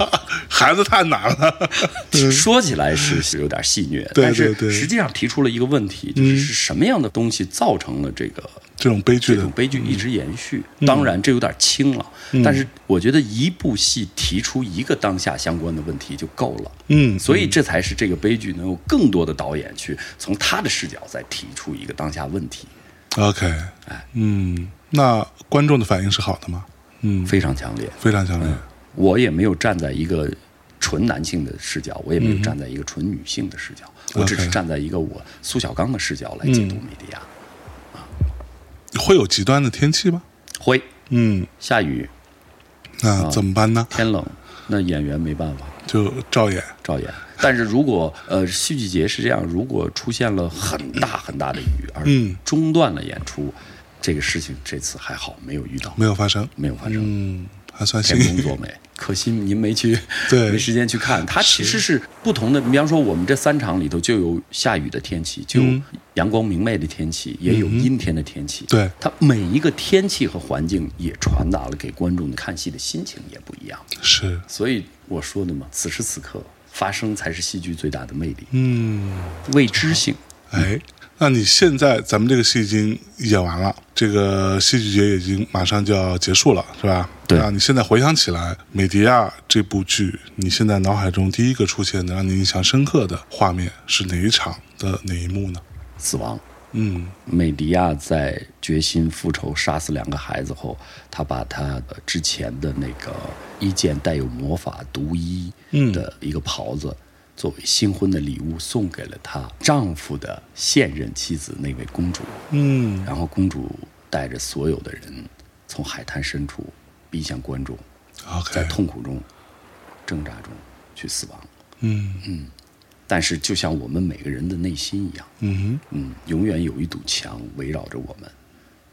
Speaker 1: 孩子太难了。
Speaker 2: 说起来是是有点戏谑，
Speaker 1: 嗯对
Speaker 2: 但是
Speaker 1: 对对
Speaker 2: 实际上提出了一个问题，就是是什么样的东西造成了这个
Speaker 1: 这种悲剧
Speaker 2: 这种
Speaker 1: 的，嗯
Speaker 2: 悲剧一直延续？当然，这有点轻了，但是我觉得一部戏提出一个当下相关的问题就够了。
Speaker 1: 嗯，
Speaker 2: 所以这才是这个悲剧能有更多的导演去从他的视角再提出一个当下问题，
Speaker 1: OK，嗯，
Speaker 2: 哎
Speaker 1: 那观众的反应是好的吗？嗯，
Speaker 2: 非常强烈。
Speaker 1: 非常强烈。
Speaker 2: 嗯我也没有站在一个纯男性的视角，我也没有站在一个纯女性的视角，我只是
Speaker 1: 嗯 OK 嗯
Speaker 2: 站在一个我苏小刚的视角来解读米迪亚。
Speaker 1: 会有极端的天气吗？
Speaker 2: 灰、
Speaker 1: 嗯，
Speaker 2: 下雨、
Speaker 1: 那怎么办呢？
Speaker 2: 天冷，那演员没办法
Speaker 1: 就照演。
Speaker 2: 照演。但是如果呃戏剧节是这样，如果出现了很大很大的雨而
Speaker 1: 嗯
Speaker 2: 中断了演出，这个事情这次还好没有遇到，
Speaker 1: 没有发生，
Speaker 2: 没有发生。
Speaker 1: 嗯，还算幸
Speaker 2: 天公
Speaker 1: 运。
Speaker 2: 作美。 可惜您没去，
Speaker 1: 对
Speaker 2: 没时间去看。它其实是不同的，比方说我们这三场里头就有下雨的天气，就
Speaker 1: 嗯
Speaker 2: 有阳光明媚的天气，也有阴天的天气。
Speaker 1: 对
Speaker 2: 它每一个天气和环境也传达了给观众的看戏的心情也不一样。
Speaker 1: 是，
Speaker 2: 所以我说的嘛，此时此刻发生才是戏剧最大的魅力，
Speaker 1: 嗯，
Speaker 2: 未知性。嗯
Speaker 1: 哎，那你现在咱们这个戏已经演完了，这个戏剧节已经马上就要结束了，是吧？
Speaker 2: 对
Speaker 1: 那你现在回想起来，《美迪亚》这部剧，你现在脑海中第一个出现的让你印象深刻的画面是哪一场的哪一幕呢？
Speaker 2: 死亡。
Speaker 1: 嗯
Speaker 2: 美迪亚在决心复仇杀死两个孩子后，他把他呃之前的那个一件带有魔法毒衣的一个袍子，作为新婚的礼物送给了她丈夫的现任妻子那位公主。
Speaker 1: 嗯
Speaker 2: 然后公主带着所有的人从海滩深处逼向观众，在
Speaker 1: ，OK，
Speaker 2: 痛苦中、挣扎中去死亡。
Speaker 1: 嗯
Speaker 2: 但是就像我们每个人的内心一样，
Speaker 1: 嗯
Speaker 2: 嗯，永远有一堵墙围绕着我们，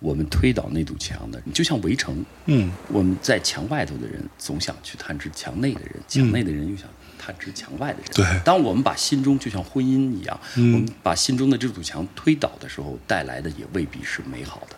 Speaker 2: 我们推倒那堵墙的，你就像围城，
Speaker 1: 哼嗯
Speaker 2: 我们在墙外头的人总想去探知墙内的人，墙内的人又想探知墙外的人。
Speaker 1: 对
Speaker 2: 当我们把心中就像婚姻一样，我们把心中的这堵墙推倒的时候，带来的也未必是美好的。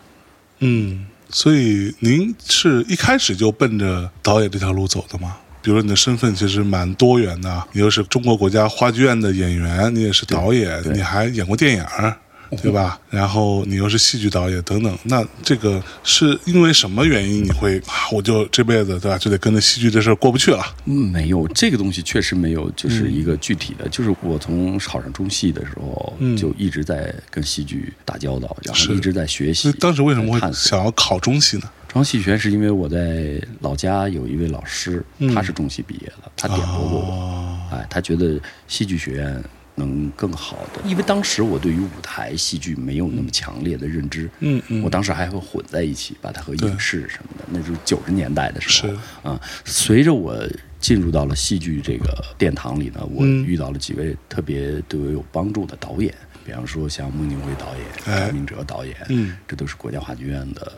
Speaker 1: 嗯，所以您是一开始就奔着导演这条路走的吗？比如你的身份其实蛮多元的，你又是中国国家话剧院的演员，你也是导演，
Speaker 2: 对
Speaker 1: 你还演过电影儿，对吧？然后你又是戏剧导演等等。那这个是因为什么原因你会啊？我就这辈子对吧，就得跟着戏剧这事儿过不去了。
Speaker 2: 嗯，没有这个东西确实没有，就是一个具体的，就是我从考上中戏的时候、就一直在跟戏剧打交道，然后
Speaker 1: 是
Speaker 2: 一直在学
Speaker 1: 所
Speaker 2: 习
Speaker 1: 以。当时为什么
Speaker 2: 在探
Speaker 1: 会
Speaker 2: 索
Speaker 1: 想要考中戏呢？
Speaker 2: 中央戏剧学院是因为我在老家有一位老师，他是中戏毕业的，他点拨过我，
Speaker 1: 哦，
Speaker 2: 哎，他觉得戏剧学院能更好的，因为当时我对于舞台戏剧没有那么强烈的认知，
Speaker 1: 嗯嗯
Speaker 2: 我当时还会混在一起，把它和影视什么的，那就是九十年代的时候
Speaker 1: 是
Speaker 2: 啊。随着我进入到了戏剧这个殿堂里呢，我
Speaker 1: 嗯
Speaker 2: 遇到了几位特别对我有帮助的导演，比方说像孟京辉导演、
Speaker 1: 哎
Speaker 2: 张明哲导演，
Speaker 1: 嗯，
Speaker 2: 这都是国家话剧院的。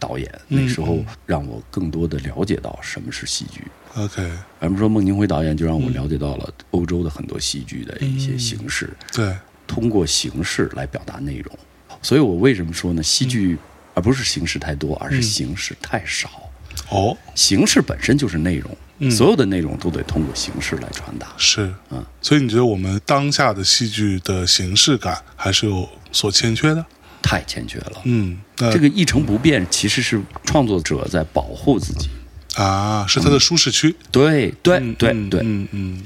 Speaker 2: 导演那时候让我更多的了解到什么是戏剧，
Speaker 1: ，OK，
Speaker 2: 咱们说孟京辉导演就
Speaker 1: 嗯
Speaker 2: 让我了解到了欧洲的很多戏剧的一些形式，
Speaker 1: 对，
Speaker 2: 通过形式来表达内容。所以我为什么说呢？戏剧
Speaker 1: 嗯
Speaker 2: 而不是形式太多，而是形式太少。
Speaker 1: 哦，
Speaker 2: 形式本身就是内容，
Speaker 1: 嗯
Speaker 2: 所有的内容都得通过形式来传达。
Speaker 1: 是，
Speaker 2: 嗯，
Speaker 1: 所以你觉得我们当下的戏剧的形式感还是有所欠缺的？
Speaker 2: 太欠缺了。
Speaker 1: 嗯，那
Speaker 2: 这个一成不变其实是创作者在保护自己。
Speaker 1: 啊是它的舒适区，
Speaker 2: 对嗯对对
Speaker 1: 嗯
Speaker 2: 对，
Speaker 1: 嗯嗯。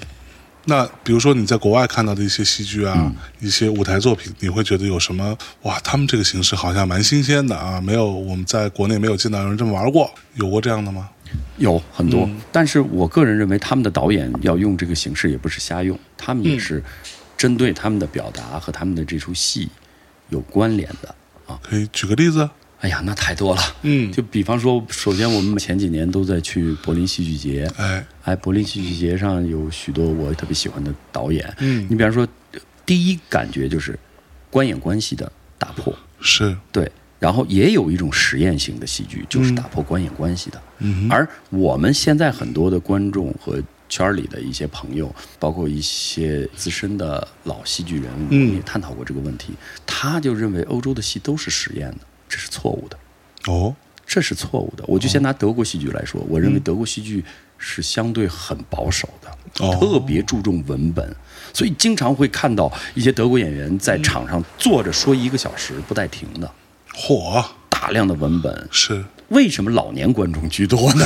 Speaker 1: 那比如说你在国外看到的一些戏剧啊，
Speaker 2: 嗯
Speaker 1: 一些舞台作品，你会觉得有什么哇？他们这个形式好像蛮新鲜的啊，没有我们在国内没有见到有人这么玩过，有过这样的吗？
Speaker 2: 有很多，
Speaker 1: 嗯
Speaker 2: 但是我个人认为他们的导演要用这个形式也不是瞎用，他们也
Speaker 1: 嗯
Speaker 2: 是针对他们的表达和他们的这出戏有关联的啊。
Speaker 1: 可以举个例子？
Speaker 2: 哎呀，那太多了。
Speaker 1: 嗯，
Speaker 2: 就比方说，首先我们前几年都在去柏林戏剧节，
Speaker 1: 哎，
Speaker 2: 哎，柏林戏剧节上有许多我特别喜欢的导演。
Speaker 1: 嗯
Speaker 2: 你比方说，第一感觉就是观演关系的打破，
Speaker 1: 是，
Speaker 2: 对，然后也有一种实验性的戏剧，就是打破观演关系的。
Speaker 1: 嗯嗯哼，
Speaker 2: 而我们现在很多的观众和圈里的一些朋友，包括一些资深的老戏剧人，我
Speaker 3: 嗯
Speaker 2: 们也探讨过这个问题。他就认为欧洲的戏都是实验的，这是错误的，
Speaker 3: 哦，
Speaker 2: 这是错误的。我就先拿德国戏剧来说，我
Speaker 3: 嗯
Speaker 2: 认为德国戏剧是相对很保守的，
Speaker 3: 哦
Speaker 2: 特别注重文本，所以经常会看到一些德国演员在场上坐着说一个小时不带停的，
Speaker 3: 嚯，
Speaker 2: 大量的文本。
Speaker 1: 是
Speaker 2: 为什么老年观众居 多呢？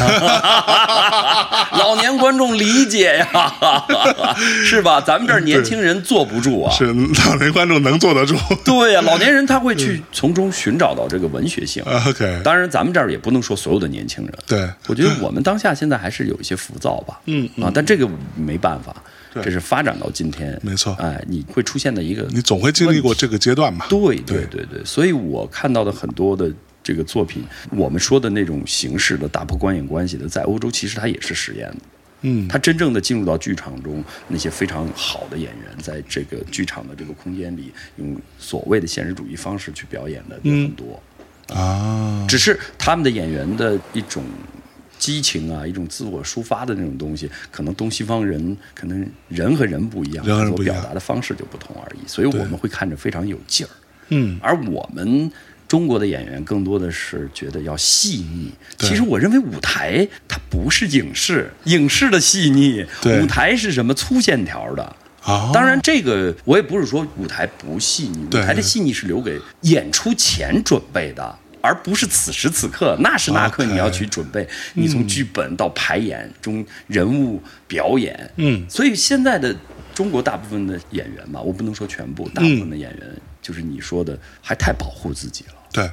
Speaker 2: 老年观众理解呀， 是吧？咱们这儿年轻人坐不住啊。
Speaker 3: 是老年观众能坐 得住
Speaker 2: 对呀、老年人他会
Speaker 3: 嗯
Speaker 2: 去从中寻找到这个文学性。
Speaker 1: 啊
Speaker 3: ？OK，
Speaker 2: 当然，咱们这儿也不能说所有的年轻人。
Speaker 3: 对，
Speaker 2: 我觉得我们当下现在还是有一些浮躁吧。
Speaker 3: 嗯
Speaker 2: 啊，但这个没办法，这是发展到今天。
Speaker 1: 没错
Speaker 2: 哎，你会出现的一个
Speaker 1: 你总会经历过这个阶段嘛？
Speaker 2: 对对对对，所以我看到的很多的这个作品，我们说的那种形式的打破观影关系的，在欧洲其实它也是实验的。
Speaker 1: 嗯，
Speaker 2: 它真正的进入到剧场中，那些非常好的演员，在这个剧场的这个空间里，用所谓的现实主义方式去表演的有
Speaker 1: 嗯
Speaker 2: 很多，
Speaker 1: 啊，
Speaker 2: 只是他们的演员的一种激情啊，一种自我抒发的那种东西，可能东西方人可能人和人不一样，
Speaker 1: 人和人不一样
Speaker 2: 所表达的方式就不同而已，所以我们会看着非常有劲儿。
Speaker 1: 嗯，
Speaker 2: 而我们中国的演员更多的是觉得要细腻。其实我认为舞台它不是影视，影视的细腻，
Speaker 1: 对
Speaker 2: 舞台是什么粗线条的。
Speaker 1: 啊，
Speaker 2: 当然，这个我也不是说舞台不细腻，舞
Speaker 1: 对
Speaker 2: 台的细腻是留给演出前准备的。而不是此时此刻，那时那刻
Speaker 1: OK
Speaker 2: 你要去准备，你从剧本到排演中人物表演，
Speaker 1: 嗯
Speaker 2: 所以现在的中国大部分的演员吧，我不能说全部，大部分
Speaker 1: 嗯
Speaker 2: 的演员、就是你说的还太保护自己了。
Speaker 1: 对，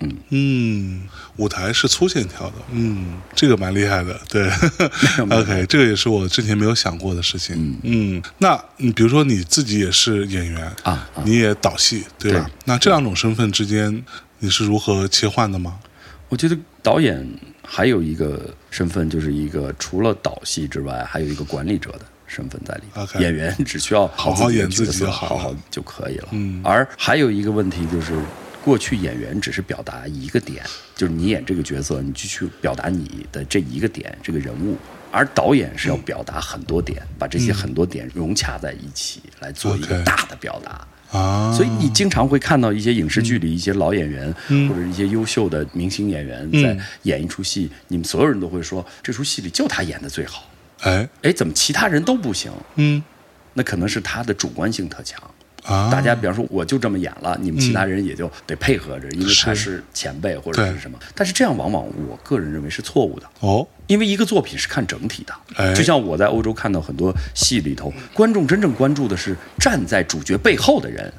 Speaker 1: 嗯嗯，舞台是粗线条的，嗯，这个蛮厉害的，对 ，OK，这个也是我之前没有想过的事情，嗯，那你比如说你自己也是演员
Speaker 2: 啊啊
Speaker 1: 你也导戏，对吧
Speaker 2: 对？
Speaker 1: 那这两种身份之间你是如何切换的吗？
Speaker 2: 我觉得导演还有一个身份，就是一个除了导戏之外，还有一个管理者的身份在里面。
Speaker 1: OK
Speaker 2: 演员只需要
Speaker 1: 好好演自己就
Speaker 2: 就
Speaker 1: 好
Speaker 2: 好
Speaker 1: 了
Speaker 2: 好就可以了。嗯，而还有一个问题就是。过去演员只是表达一个点，就是你演这个角色，你就去表达你的这一个点，这个人物。而导演
Speaker 1: 嗯
Speaker 2: 是要表达很多点，把这些很多点融洽在一起，来做一个
Speaker 1: OK
Speaker 2: 大的表达。
Speaker 1: 啊，
Speaker 2: 所以你经常会看到一些影视剧里一些老演员、
Speaker 1: 嗯
Speaker 2: 或者一些优秀的明星演员在演一出戏，你们所有人都会说这出戏里就他演的最好。
Speaker 1: 哎，
Speaker 2: 哎，怎么其他人都不行？
Speaker 1: 嗯
Speaker 2: 那可能是他的主观性特强。
Speaker 1: 啊，
Speaker 2: 大家比方说我就这么演了，你们其他人也就得配合着，因为他是前辈或者
Speaker 1: 对
Speaker 2: 是什么。但是这样往往我个人认为是错误的。
Speaker 1: 哦，
Speaker 2: 因为一个作品是看整体的，
Speaker 1: 哎
Speaker 2: 就像我在欧洲看到很多戏里头，观众真正关注的是站在主角背后的人，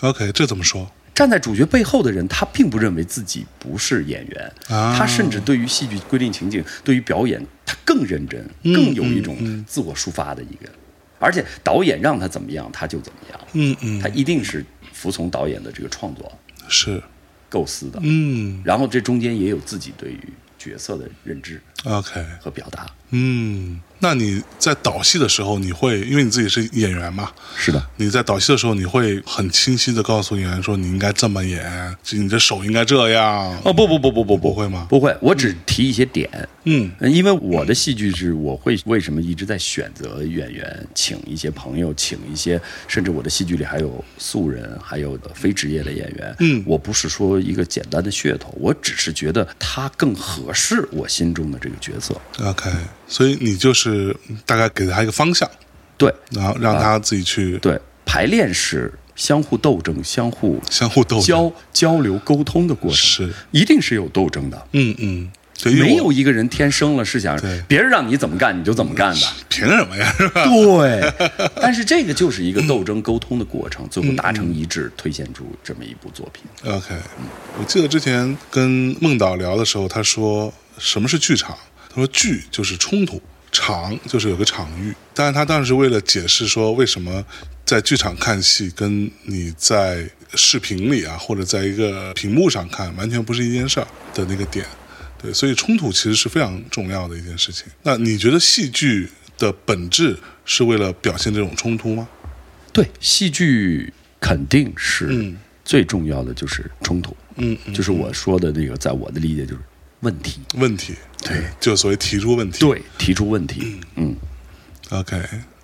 Speaker 1: OK，这怎么说？
Speaker 2: 站在主角背后的人，他并不认为自己不是演员，
Speaker 1: 啊
Speaker 2: 他甚至对于戏剧规定情景、对于表演，他更认真，更有一种自我抒发的一个。而且导演让他怎么样，他就怎么样，
Speaker 1: 嗯嗯，
Speaker 2: 他一定是服从导演的这个创作
Speaker 1: 是，
Speaker 2: 构思的。
Speaker 1: 嗯
Speaker 2: 然后这中间也有自己对于角色的认知
Speaker 1: ，OK，
Speaker 2: 和表达。
Speaker 1: 嗯，那你在导戏的时候，你会因为你自己是演员嘛？
Speaker 2: 是的，
Speaker 1: 你在导戏的时候，你会很清晰的告诉演员说你应该这么演，就你的手应该这样。
Speaker 2: 哦不不不不不不
Speaker 1: 不会吗
Speaker 2: 不会，我只提一些点。
Speaker 1: 嗯
Speaker 2: 嗯，因为我的戏剧是，我会为什么一直在选择演员，请一些朋友，请一些，甚至我的戏剧里还有素人，还有非职业的演员。
Speaker 1: 嗯
Speaker 2: 我不是说一个简单的噱头，我只是觉得他更合适我心中的这个角色。
Speaker 1: ，OK，所以你就是大概给他一个方向，
Speaker 2: 对
Speaker 1: 然后让他自己去
Speaker 2: 对，排练是相互斗争、相互
Speaker 1: 相互斗争。
Speaker 2: 交交流、沟通的过程，
Speaker 1: 是，
Speaker 2: 一定是有斗争的。
Speaker 1: 嗯嗯，对，因为
Speaker 2: 没
Speaker 1: 我
Speaker 2: 有一个人天生了是想
Speaker 1: 对
Speaker 2: 别人让你怎么干你就怎么干的，
Speaker 1: 凭什么呀？是吧？
Speaker 2: 对，但是这个就是一个斗争沟通的过程，最后达成一致，推荐出这么一部作品。
Speaker 1: OK，我记得之前跟孟导聊的时候，他说什么是剧场？他说剧就是冲突，场就是有个场域。但是他当时为了解释说为什么在剧场看戏跟你在视频里啊，或者在一个屏幕上看完全不是一件事儿的那个点。对，所以冲突其实是非常重要的一件事情。那你觉得戏剧的本质是为了表现这种冲突吗？
Speaker 2: 对，戏剧肯定是
Speaker 1: 嗯
Speaker 2: 最重要的就是冲突，
Speaker 1: 嗯嗯
Speaker 2: 就是我说的那个，在我的理解就是问题，
Speaker 1: 问题，对，就所谓提出问题。
Speaker 2: 对，提出问题，嗯，
Speaker 1: OK，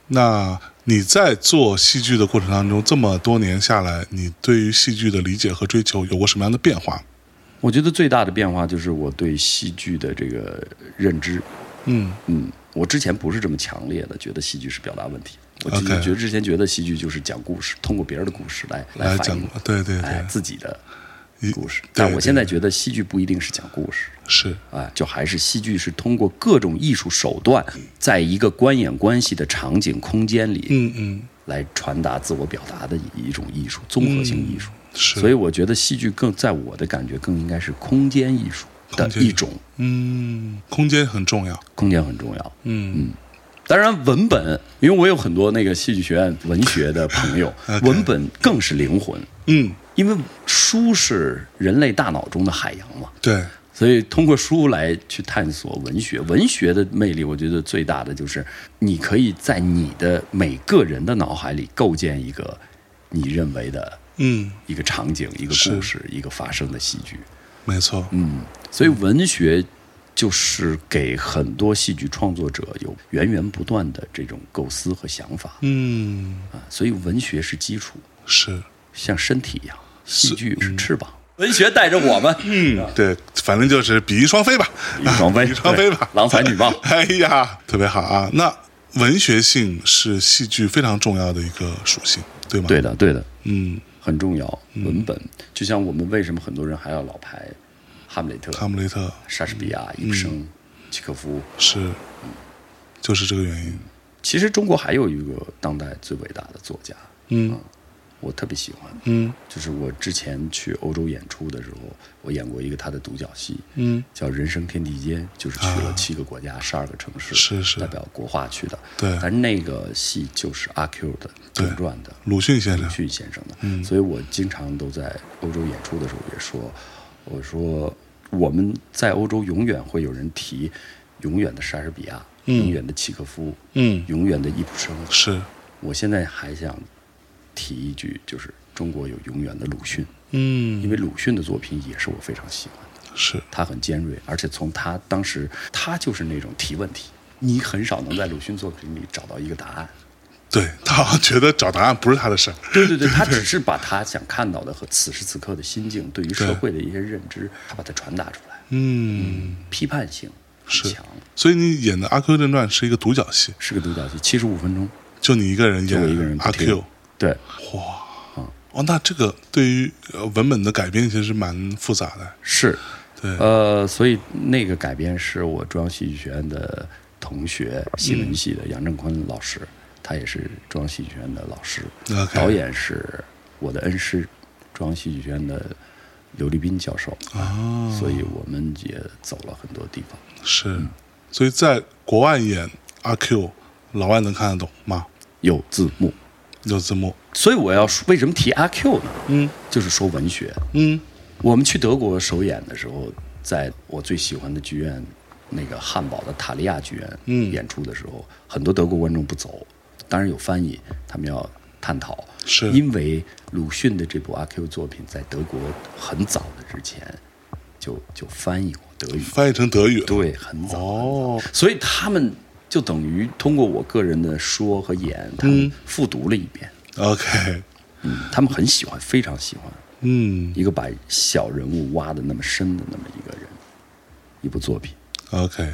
Speaker 1: 那你在做戏剧的过程当中，这么多年下来，你对于戏剧的理解和追求有过什么样的变化？
Speaker 2: 我觉得最大的变化就是我对戏剧的这个认知，
Speaker 1: 嗯
Speaker 2: 嗯，我之前不是这么强烈的觉得戏剧是表达问题，我之
Speaker 1: OK
Speaker 2: 觉得之前觉得戏剧就是讲故事，通过别人的故事来
Speaker 1: 来
Speaker 2: 反
Speaker 1: 讲
Speaker 2: 映，
Speaker 1: 对对对
Speaker 2: 哎，自己的
Speaker 1: 一
Speaker 2: 故事。
Speaker 1: 对
Speaker 2: 但
Speaker 1: 对
Speaker 2: 我现在觉得戏剧不一定是讲故事，
Speaker 1: 是
Speaker 2: 哎，就还是戏剧是通过各种艺术手段，在一个观演关系的场景空间里，
Speaker 1: 嗯嗯嗯
Speaker 2: 来传达自我表达的一种艺术，综合性艺术。
Speaker 1: 嗯是，
Speaker 2: 所以我觉得戏剧更在我的感觉更应该是空间艺术的
Speaker 1: 空间艺术
Speaker 2: 一种，
Speaker 1: 嗯，空间很重要，
Speaker 2: 空间很重要。
Speaker 1: 嗯
Speaker 2: 当然，文本，因为我有很多那个戏剧学院文学的 朋友
Speaker 1: OK
Speaker 2: 文本更是灵魂，
Speaker 1: 嗯，
Speaker 2: 因为书是人类大脑中的海洋嘛，
Speaker 1: 对，
Speaker 2: 所以通过书来去探索文学。文学的魅力，我觉得最大的就是你可以在你的每个人的脑海里构建一个你认为的
Speaker 1: 嗯，
Speaker 2: 一个场景、一个
Speaker 1: 是
Speaker 2: 故事、一个发生的戏剧。
Speaker 1: 没错，
Speaker 2: 嗯，所以文学就是给很多戏剧创作者有源源不断的这种构思和想法
Speaker 1: 嗯
Speaker 2: 啊，所以文学是基础，
Speaker 1: 是，
Speaker 2: 像身体一样，戏剧是翅膀，文学带着我 们，嗯，
Speaker 1: 对，反正就是比翼双飞吧，
Speaker 2: 羽双飞，
Speaker 1: 比翼双飞吧
Speaker 2: 对，郎才女 貌。
Speaker 1: 哎呀，特别好啊。那文学性是戏剧非常重要的一个属性，对吗？
Speaker 2: 对，的，对的，
Speaker 1: 嗯，
Speaker 2: 很重要。文本、就像我们为什么很多人还要老排《哈姆雷特》、
Speaker 1: 哈姆雷特
Speaker 2: 莎士比
Speaker 1: 嗯
Speaker 2: 亚、伊普生、契诃夫。
Speaker 1: 是，就是这个原因。
Speaker 2: 其实中国还有一个当代最伟大的作家，
Speaker 1: 嗯
Speaker 2: 我特别喜欢，
Speaker 1: 嗯
Speaker 2: 就是我之前去欧洲演出的时候，我演过一个他的独角戏，
Speaker 1: 嗯，
Speaker 2: 叫《人生天地间》，就是去了七个国家、十二、个城市，
Speaker 1: 啊是是
Speaker 2: 代表国画去的。
Speaker 1: 对
Speaker 2: 但是那个戏就是阿 Q 的
Speaker 1: 对
Speaker 2: 杜撰的
Speaker 1: 鲁迅先
Speaker 2: 鲁
Speaker 1: 生，
Speaker 2: 迅先生的，所以我经常都在欧洲演出的时候也说，我说我们在欧洲永远会有人提永远的莎士比亚，永远的契诃夫，
Speaker 1: 嗯，
Speaker 2: 永远的易卜生。
Speaker 1: 是，
Speaker 2: 我现在还想提一句，就是中国有永远的鲁迅。因
Speaker 1: 嗯
Speaker 2: 为鲁迅的作品也是我非常喜欢的，
Speaker 1: 是，
Speaker 2: 他很尖锐，而且从他当时他就是那种提问题，你很少能在鲁迅作品里找到一个答案。
Speaker 1: 对 他好像觉得找答案不是他的事儿，
Speaker 2: 对对对，他只是把他想看到的和此时此刻的心境，对于社
Speaker 1: 对
Speaker 2: 会的一些认知，他把它传达出来，
Speaker 1: 嗯，
Speaker 2: 批判性很
Speaker 1: 是
Speaker 2: 强，
Speaker 1: 所以你演的《阿 Q 正传》是一个独角戏，
Speaker 2: 是个独角戏，七十五分钟，
Speaker 1: 就你一个人
Speaker 2: 就我一个人
Speaker 1: 演
Speaker 2: 不
Speaker 1: 阿
Speaker 2: 停
Speaker 1: Q，
Speaker 2: 对，
Speaker 1: 哦，那这个对于呃文本的改编其实蛮复杂的，
Speaker 2: 是，
Speaker 1: 对
Speaker 2: 呃，所以那个改编是我中央戏剧学院的同学，戏文系的杨振坤老师，他也是中央戏剧学院的老师
Speaker 1: OK
Speaker 2: 导演是我的恩师，中央戏剧学院的刘立斌教授，
Speaker 1: 啊，
Speaker 2: 所以我们也走了很多地方。
Speaker 1: 是，
Speaker 2: 嗯
Speaker 1: 所以在国外演阿 Q，老外能看得懂吗？
Speaker 2: 有字幕，
Speaker 1: 有字幕，
Speaker 2: 所以我要说，为什么提阿 Q 呢？
Speaker 1: 嗯
Speaker 2: 就是说文学，
Speaker 1: 嗯
Speaker 2: 我们去德国首演的时候，在我最喜欢的剧院，那个汉堡的塔利亚剧院，
Speaker 1: 嗯
Speaker 2: 演出的时候，很多德国观众不走，当然有翻译，他们要探讨，
Speaker 1: 是
Speaker 2: 因为鲁迅的这部阿 Q 作品在德国很早的之前就就翻译过德语，
Speaker 1: 翻译成德语了，
Speaker 2: 对，很早，
Speaker 1: 哦，
Speaker 2: 所以他们就等于通过我个人的说和演，他
Speaker 1: 嗯
Speaker 2: 们复读了一遍，
Speaker 1: OK，
Speaker 2: 嗯，他们很喜欢，非常喜欢。
Speaker 1: 嗯
Speaker 2: 一个把小人物挖的那么深的那么一个人，一部作品。
Speaker 1: ，OK，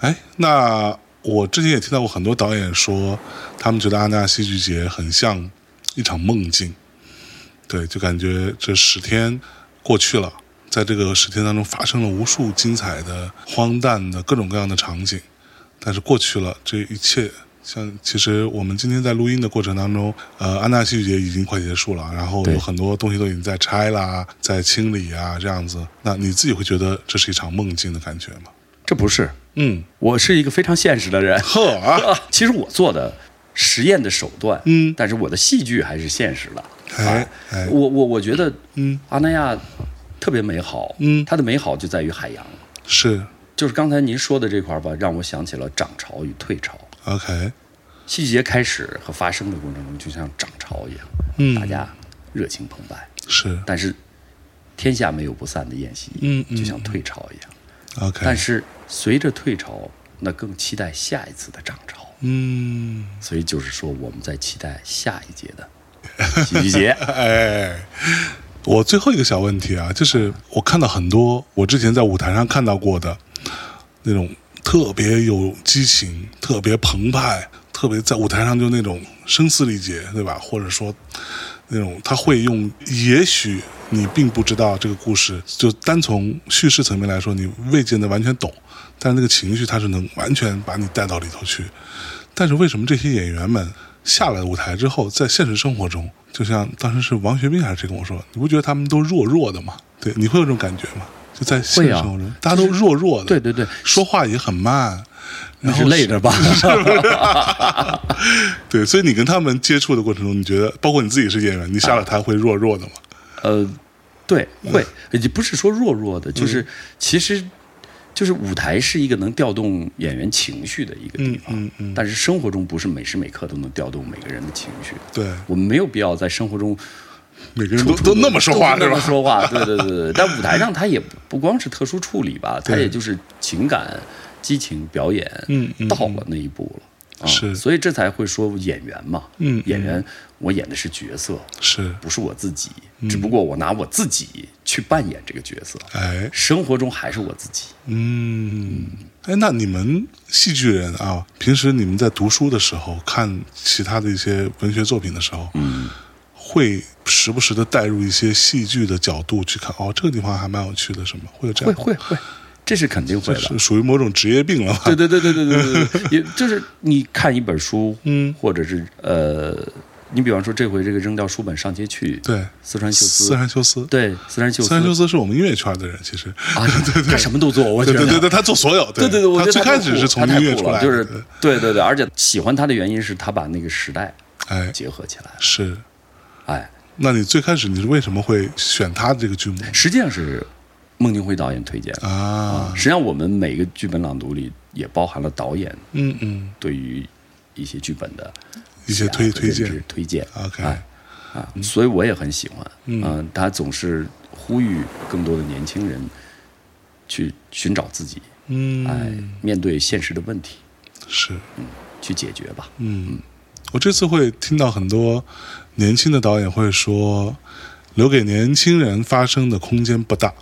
Speaker 1: 哎，那我之前也听到过很多导演说，他们觉得阿那亚戏剧节很像一场梦境，对，就感觉这十天过去了，在这个十天当中发生了无数精彩的、荒诞的各种各样的场景，但是过去了，这一切。像其实我们今天在录音的过程当中，呃，安娜戏剧节已经快结束了，然后
Speaker 2: 对
Speaker 1: 有很多东西都已经在拆啦，在清理啊，这样子。那你自己会觉得这是一场梦境的感觉吗？
Speaker 2: 这不是，
Speaker 1: 嗯，
Speaker 2: 我是一个非常现实的人。
Speaker 1: 呵啊，
Speaker 2: 啊 其实我做的实验的手段，
Speaker 1: 嗯
Speaker 2: 但是我的戏剧还是现实的。
Speaker 1: 哎
Speaker 2: 啊
Speaker 1: 哎
Speaker 2: 我我我觉得，
Speaker 1: 嗯，
Speaker 2: 阿那亚特别美好，
Speaker 1: 嗯
Speaker 2: 它的美好就在于海洋。
Speaker 1: 是
Speaker 2: 就是刚才您说的这块儿吧，让我想起了涨潮与退潮。
Speaker 1: OK，
Speaker 2: 戏剧节开始和发生的过程中，就像涨潮一样，
Speaker 1: 嗯
Speaker 2: 大家热情澎湃。
Speaker 1: 是
Speaker 2: 但是天下没有不散的宴席，
Speaker 1: 嗯嗯
Speaker 2: 就像退潮一样，
Speaker 1: OK，
Speaker 2: 但是随着退潮，那更期待下一次的涨潮。
Speaker 1: 嗯，
Speaker 2: 所以就是说，我们在期待下一届的戏 剧节。
Speaker 1: 哎，我最后一个小问题啊，就是我看到很多我之前在舞台上看到过的那种特别有激情、特别澎湃、特别在舞台上就那种声嘶力竭，对吧？或者说那种呃他会用，也许你并不知道这个故事，就单从叙事层面来说，你未见得完全懂，但是那个情绪它是能完全把你带到里头去。但是为什么这些演员们下了舞台之后，在现实生活中，就像当时是王学兵还是谁跟我说，你不觉得他们都弱弱的吗？对，你会有这种感觉吗？就在现实生活中，大家都弱弱的，
Speaker 2: 对对对，
Speaker 1: 说话也很慢，
Speaker 2: 那
Speaker 1: 然
Speaker 2: 是
Speaker 1: 后
Speaker 2: 累着吧？
Speaker 1: 对，所以你跟他们接触的过程中，你觉得，包括你自己是演员，你下了台会弱弱的吗？
Speaker 2: 呃，对，会，
Speaker 1: 嗯
Speaker 2: 也不是说弱弱的，就是其实就是舞台是一个能调动演员情绪的一个地方，
Speaker 1: 嗯嗯嗯
Speaker 2: 但是生活中不是每时每刻都能调动每个人的情绪。
Speaker 1: 对，
Speaker 2: 我们没有必要在生活中
Speaker 1: 每个人都都那么说话
Speaker 2: 都
Speaker 1: 是
Speaker 2: 那么
Speaker 1: 吧？
Speaker 2: 说话，对对对对。但舞台上它也不光是特殊处理吧，它
Speaker 1: 对
Speaker 2: 也就是情感、激情、表演，
Speaker 1: 嗯嗯
Speaker 2: 到了那一步了。啊、
Speaker 1: 是
Speaker 2: 所以这才会说演员嘛，
Speaker 1: 嗯嗯
Speaker 2: 演员，我演的是角色，
Speaker 1: 是，
Speaker 2: 不是我自己，
Speaker 1: 嗯
Speaker 2: 只不过我拿我自己去扮演这个角色，
Speaker 1: 哎，
Speaker 2: 生活中还是我自己。
Speaker 1: 嗯，哎，那你们戏剧人啊，平时你们在读书的时候，看其他的一些文学作品的时候，嗯，会时不时的带入一些戏剧的角度去看，哦，这个地方还蛮有趣的，什么会有这
Speaker 2: 会
Speaker 1: 样？
Speaker 2: 会会，这是肯定会的。
Speaker 1: 是 属于某种职业病了吧？
Speaker 2: 对对对对对对对对， 也就是你看一本书，
Speaker 1: 嗯
Speaker 2: 或者是呃，你比方说这回这个扔掉书本上街去，
Speaker 1: 对，
Speaker 2: 四川秀
Speaker 1: 斯
Speaker 2: 司，
Speaker 1: 兰修斯，
Speaker 2: 对四川秀
Speaker 1: 斯兰修
Speaker 2: 司
Speaker 1: 斯是我们音乐圈的人，其实，
Speaker 2: 啊，他什么都做，我觉
Speaker 1: 对
Speaker 2: 得
Speaker 1: 对对对，他做所有，
Speaker 2: 对
Speaker 1: 对
Speaker 2: 对，我
Speaker 1: 他
Speaker 2: 觉得
Speaker 1: 最
Speaker 2: 太
Speaker 1: 开始
Speaker 2: 酷
Speaker 1: 是
Speaker 2: 了
Speaker 1: 从
Speaker 2: 他太
Speaker 1: 音乐
Speaker 2: 酷
Speaker 1: 出
Speaker 2: 了
Speaker 1: 来的，
Speaker 2: 就是
Speaker 1: 对
Speaker 2: 对对对，而且喜欢他的原因是他把那个时代
Speaker 1: 哎，
Speaker 2: 结合起来了，
Speaker 1: 是。
Speaker 2: 哎，
Speaker 1: 那你最开始你是为什么会选他这个剧目
Speaker 2: 实际上是孟京辉导演推荐的。
Speaker 1: 啊？
Speaker 2: 实际上，我们每个剧本朗读里也包含了导演
Speaker 1: 嗯嗯，
Speaker 2: 对于一些剧本的
Speaker 1: 一些推
Speaker 2: 想法和
Speaker 1: 推
Speaker 2: 啊认知
Speaker 1: 荐
Speaker 2: 推荐。
Speaker 1: ，OK，
Speaker 2: 哎啊，所以我也很喜欢。
Speaker 1: 嗯
Speaker 2: 呃他总是呼吁更多的年轻人去寻找自己，哎
Speaker 1: 嗯，，
Speaker 2: 面对现实的问题
Speaker 1: 是，
Speaker 2: 去解决吧。
Speaker 1: 嗯，我这次会听到很多年轻的导演会说，留给年轻人发声的空间不大。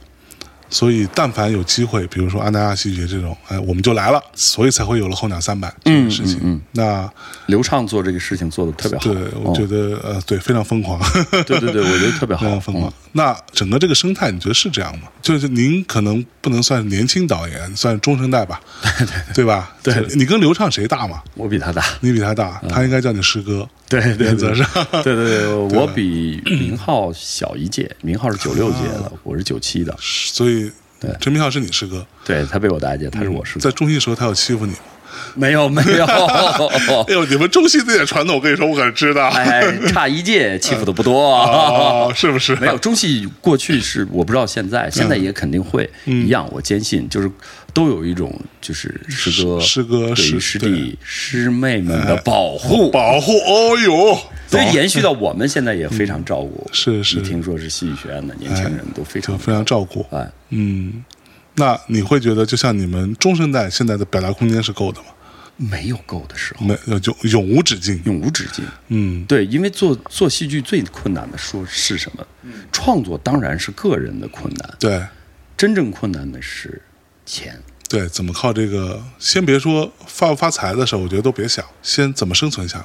Speaker 1: 所以，但凡有机会，比如说安那亚戏剧节这种，哎，我们就来了，所以才会有了《候鸟三百》这件事情。
Speaker 2: 嗯嗯嗯
Speaker 1: 那
Speaker 2: 刘畅做这个事情做的特别好，哦
Speaker 1: 对，我觉
Speaker 2: 得、
Speaker 1: 得、呃，对，非常疯 狂。
Speaker 2: 对对对，我觉得特别
Speaker 1: 非
Speaker 2: 好，嗯
Speaker 1: 常疯狂。 那整个这个生态，你觉得是这样吗？就是您可能不能算年轻导演，算中生代吧，对吧？
Speaker 2: 对
Speaker 1: 就是你跟刘畅谁大嘛？
Speaker 2: 我比他大，
Speaker 1: 你比他大，他应该叫你师哥。
Speaker 2: 对对对
Speaker 1: 原则上，
Speaker 2: 对对对，我比明浩小一届，明浩是九六届
Speaker 1: 啊
Speaker 2: 的，我是九七的，
Speaker 1: 所以
Speaker 2: 对
Speaker 1: 陈明浩是你师哥，
Speaker 2: 对他比我大一届，他是我师
Speaker 1: 在
Speaker 2: 哥，
Speaker 1: 中戏时候他有欺负你吗？
Speaker 2: 没有没有，
Speaker 1: 哎呦，你们中戏这点传统，我跟你说，我可知道。
Speaker 2: 哎，差一届欺负的不多，
Speaker 1: 哦，是不是？
Speaker 2: 没有中戏过去是我不知道现在，现在
Speaker 1: 嗯
Speaker 2: 也肯定会一样，我坚信就是都有一种就是师哥
Speaker 1: 师哥
Speaker 2: 对于
Speaker 1: 师
Speaker 2: 师弟师妹们
Speaker 1: 哎
Speaker 2: 的保护，
Speaker 1: 保护。哦呦，
Speaker 2: 所以延续到我们现在也非常照顾，
Speaker 1: 是是
Speaker 2: 一听说是戏剧学院的年轻人都非
Speaker 1: 就
Speaker 2: 常
Speaker 1: 非常照顾。
Speaker 2: 哎。
Speaker 1: 嗯，那你会觉得，就像你们中生代现在的表达空间是够的吗？
Speaker 2: 没有够的时候，
Speaker 1: 没，呃就永无止境。
Speaker 2: 永无止境。
Speaker 1: 嗯，
Speaker 2: 对，因为做做戏剧最困难的说是什么？创作当然是个人的困难，
Speaker 1: 对。
Speaker 2: 真正困难的是钱。
Speaker 1: 对，怎么靠这个？先别说发不发财的事儿，我觉得都别想，先怎么生存下来，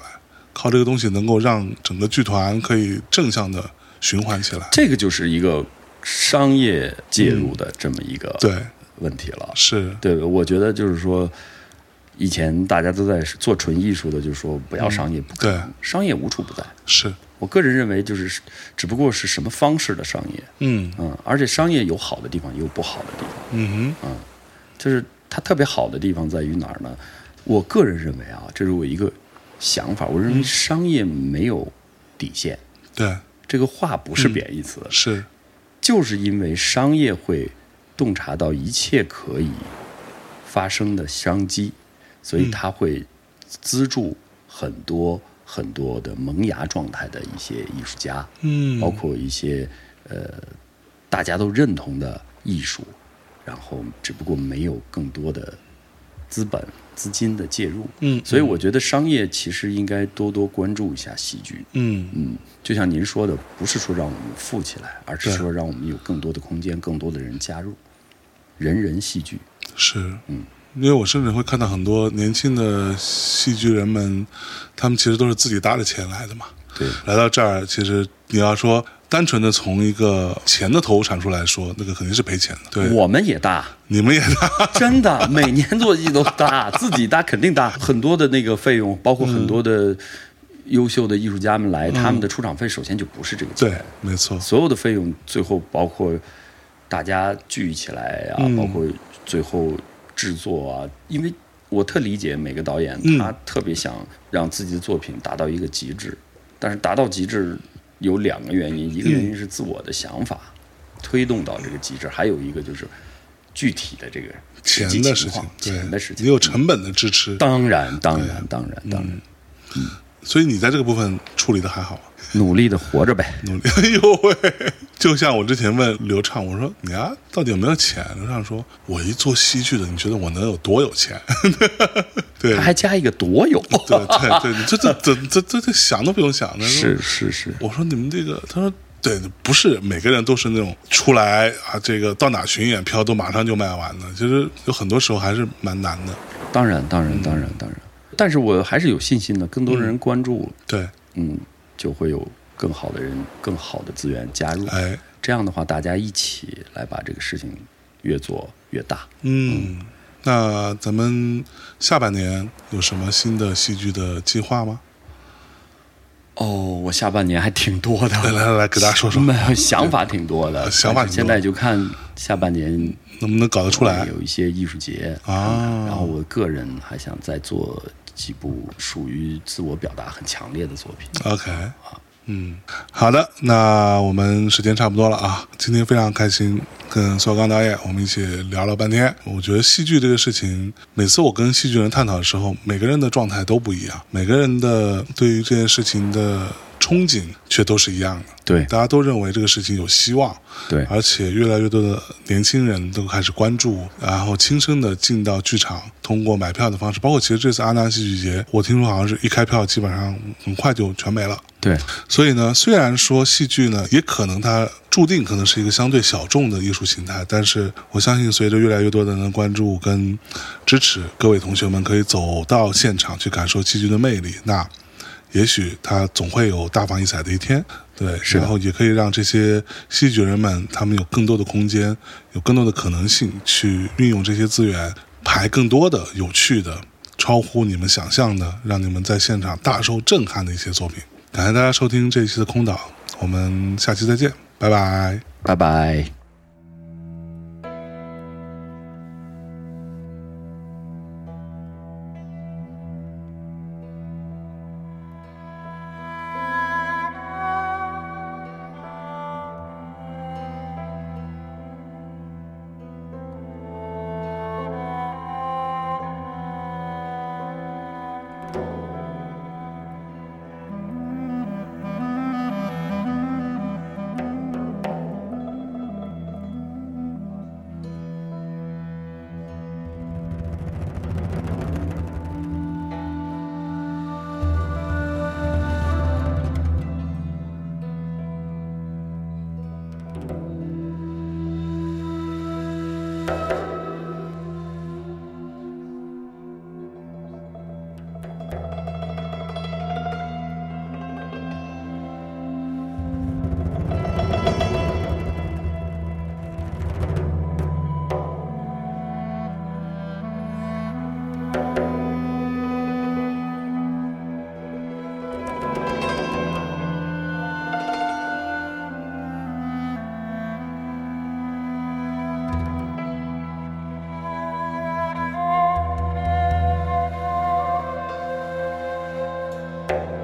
Speaker 1: 靠这个东西能够让整个剧团可以正向的循环起来。
Speaker 2: 这个就是一个商业介入的这么一个
Speaker 1: 对，
Speaker 2: 问题了。
Speaker 1: 是，
Speaker 2: 对，我觉得就是说，以前大家都在做纯艺术的，就是说不要商业，不可
Speaker 1: 对
Speaker 2: 能，商业无处不在。
Speaker 1: 是，
Speaker 2: 我个人认为，就是只不过是什么方式的商业，
Speaker 1: 嗯
Speaker 2: 嗯，而且商业有好的地方，也有不好的地方。
Speaker 1: 嗯哼，
Speaker 2: 就是它特别好的地方在于哪儿呢？我个人认为啊，这是我一个想法，我认为商业没有底线，
Speaker 1: 对，
Speaker 2: 这个话不是贬义词，
Speaker 1: 是，
Speaker 2: 就是因为商业会洞察到一切可以发生的商机，所以它会资助很多很多的萌芽状态的一些艺术家，
Speaker 1: 嗯，
Speaker 2: 包括一些呃大家都认同的艺术，然后只不过没有更多的资本资金的介入。
Speaker 1: 嗯
Speaker 2: 所以我觉得商业其实应该多多关注一下戏剧。
Speaker 1: 嗯
Speaker 2: 嗯，就像您说的，不是说让我们富起来，而是
Speaker 1: 对
Speaker 2: 说让我们有更多的空间，更多的人加入，人人戏剧。
Speaker 1: 是，
Speaker 2: 嗯
Speaker 1: 因为我甚至会看到很多年轻的戏剧人们，他们其实都是自己搭着钱来的嘛。
Speaker 2: 对，
Speaker 1: 来到这儿，其实你要说单纯的从一个钱的投入产出来说，那个肯定是赔钱的。对，
Speaker 2: 我们也大，
Speaker 1: 你们也搭，
Speaker 2: 真的，每年做戏都大， 自己搭肯定大，很多的那个费用，包括很多的优秀的艺术家们来，他们的出场费首先就不是这个钱，
Speaker 1: 对，没错，
Speaker 2: 所有的费用最后包括大家聚起来啊，
Speaker 1: 嗯
Speaker 2: 包括最后制作啊，因为我特理解每个导演，他
Speaker 1: 嗯
Speaker 2: 特别想让自己的作品达到一个极致，但是达到极致有两个原因，一个原因是自我的想法、
Speaker 1: 嗯
Speaker 2: 推动到这个极致，还有一个就是具体的这个实
Speaker 1: 钱
Speaker 2: 际
Speaker 1: 的
Speaker 2: 情
Speaker 1: 事情
Speaker 2: 况，钱的
Speaker 1: 对
Speaker 2: 事，情，
Speaker 1: 也有成本的支持，
Speaker 2: 当然，当
Speaker 1: 啊
Speaker 2: 然，当然，当然，
Speaker 1: 嗯所以你在这个部分处理的还好。
Speaker 2: 努力的活着呗。
Speaker 1: 努力。哎呦喂！ 就像我之前问刘畅，我说你啊，到底有没有钱？刘畅说，我一做戏剧的，你觉得我能有多有钱？ 对
Speaker 2: 他还加一个多有，
Speaker 1: 对对对，你这这这这这这想都不用想。他说
Speaker 2: 是是是，
Speaker 1: 我说你们这个，他说对，不是每个人都是那种出来啊，这个到哪巡演票都马上就卖完的，其实有很多时候还是蛮难的。
Speaker 2: 当然，当然，当然，当然。但是我还是有信心的，更多的人关注，
Speaker 1: 对，
Speaker 2: 嗯就会有更好的人、更好的资源加入。
Speaker 1: 哎，
Speaker 2: 这样的话，大家一起来把这个事情越做越大。
Speaker 1: 嗯，那咱们下半年有什么新的戏剧的计划吗？
Speaker 2: 哦，我下半年还挺多
Speaker 1: 来
Speaker 2: 的，
Speaker 1: 来来，给大家说说，
Speaker 2: 没有 想法挺多的，
Speaker 1: 想法
Speaker 2: 但是
Speaker 1: 挺多
Speaker 2: 现在就看下半年
Speaker 1: 能不能搞得出来？
Speaker 2: 有一些艺术节
Speaker 1: 啊
Speaker 2: 然后我个人还想再做几部属于自我表达很强烈的作品。
Speaker 1: OK，嗯，好的，那我们时间差不多了啊。今天非常开心，跟苏小刚导演我们一起聊了半天。我觉得戏剧这个事情，每次我跟戏剧人探讨的时候，每个人的状态都不一样，每个人的对于这件事情的憧憬却都是一样的。
Speaker 2: 对
Speaker 1: 大家都认为这个事情有希望，
Speaker 2: 对，
Speaker 1: 而且越来越多的年轻人都开始关注，然后亲身的进到剧场，通过买票的方式，包括其实这次阿那戏剧节，我听说好像是一开票基本上很快就全没了。
Speaker 2: 对，
Speaker 1: 所以呢，虽然说戏剧呢，也可能它注定可能是一个相对小众的艺术形态，但是我相信，随着越来越多的人的关注跟支持，各位同学们可以走到现场去感受戏剧的魅力。那也许它总会有大放异彩的一天，对，
Speaker 2: 的
Speaker 1: 然后也可以让这些戏剧人们他们有更多的空间，有更多的可能性去运用这些资源，排更多的有趣的、超乎你们想象的，让你们在现场大受震撼的一些作品。感谢大家收听这一期的空岛，我们下期再见，拜拜。
Speaker 2: 拜拜。
Speaker 4: Thank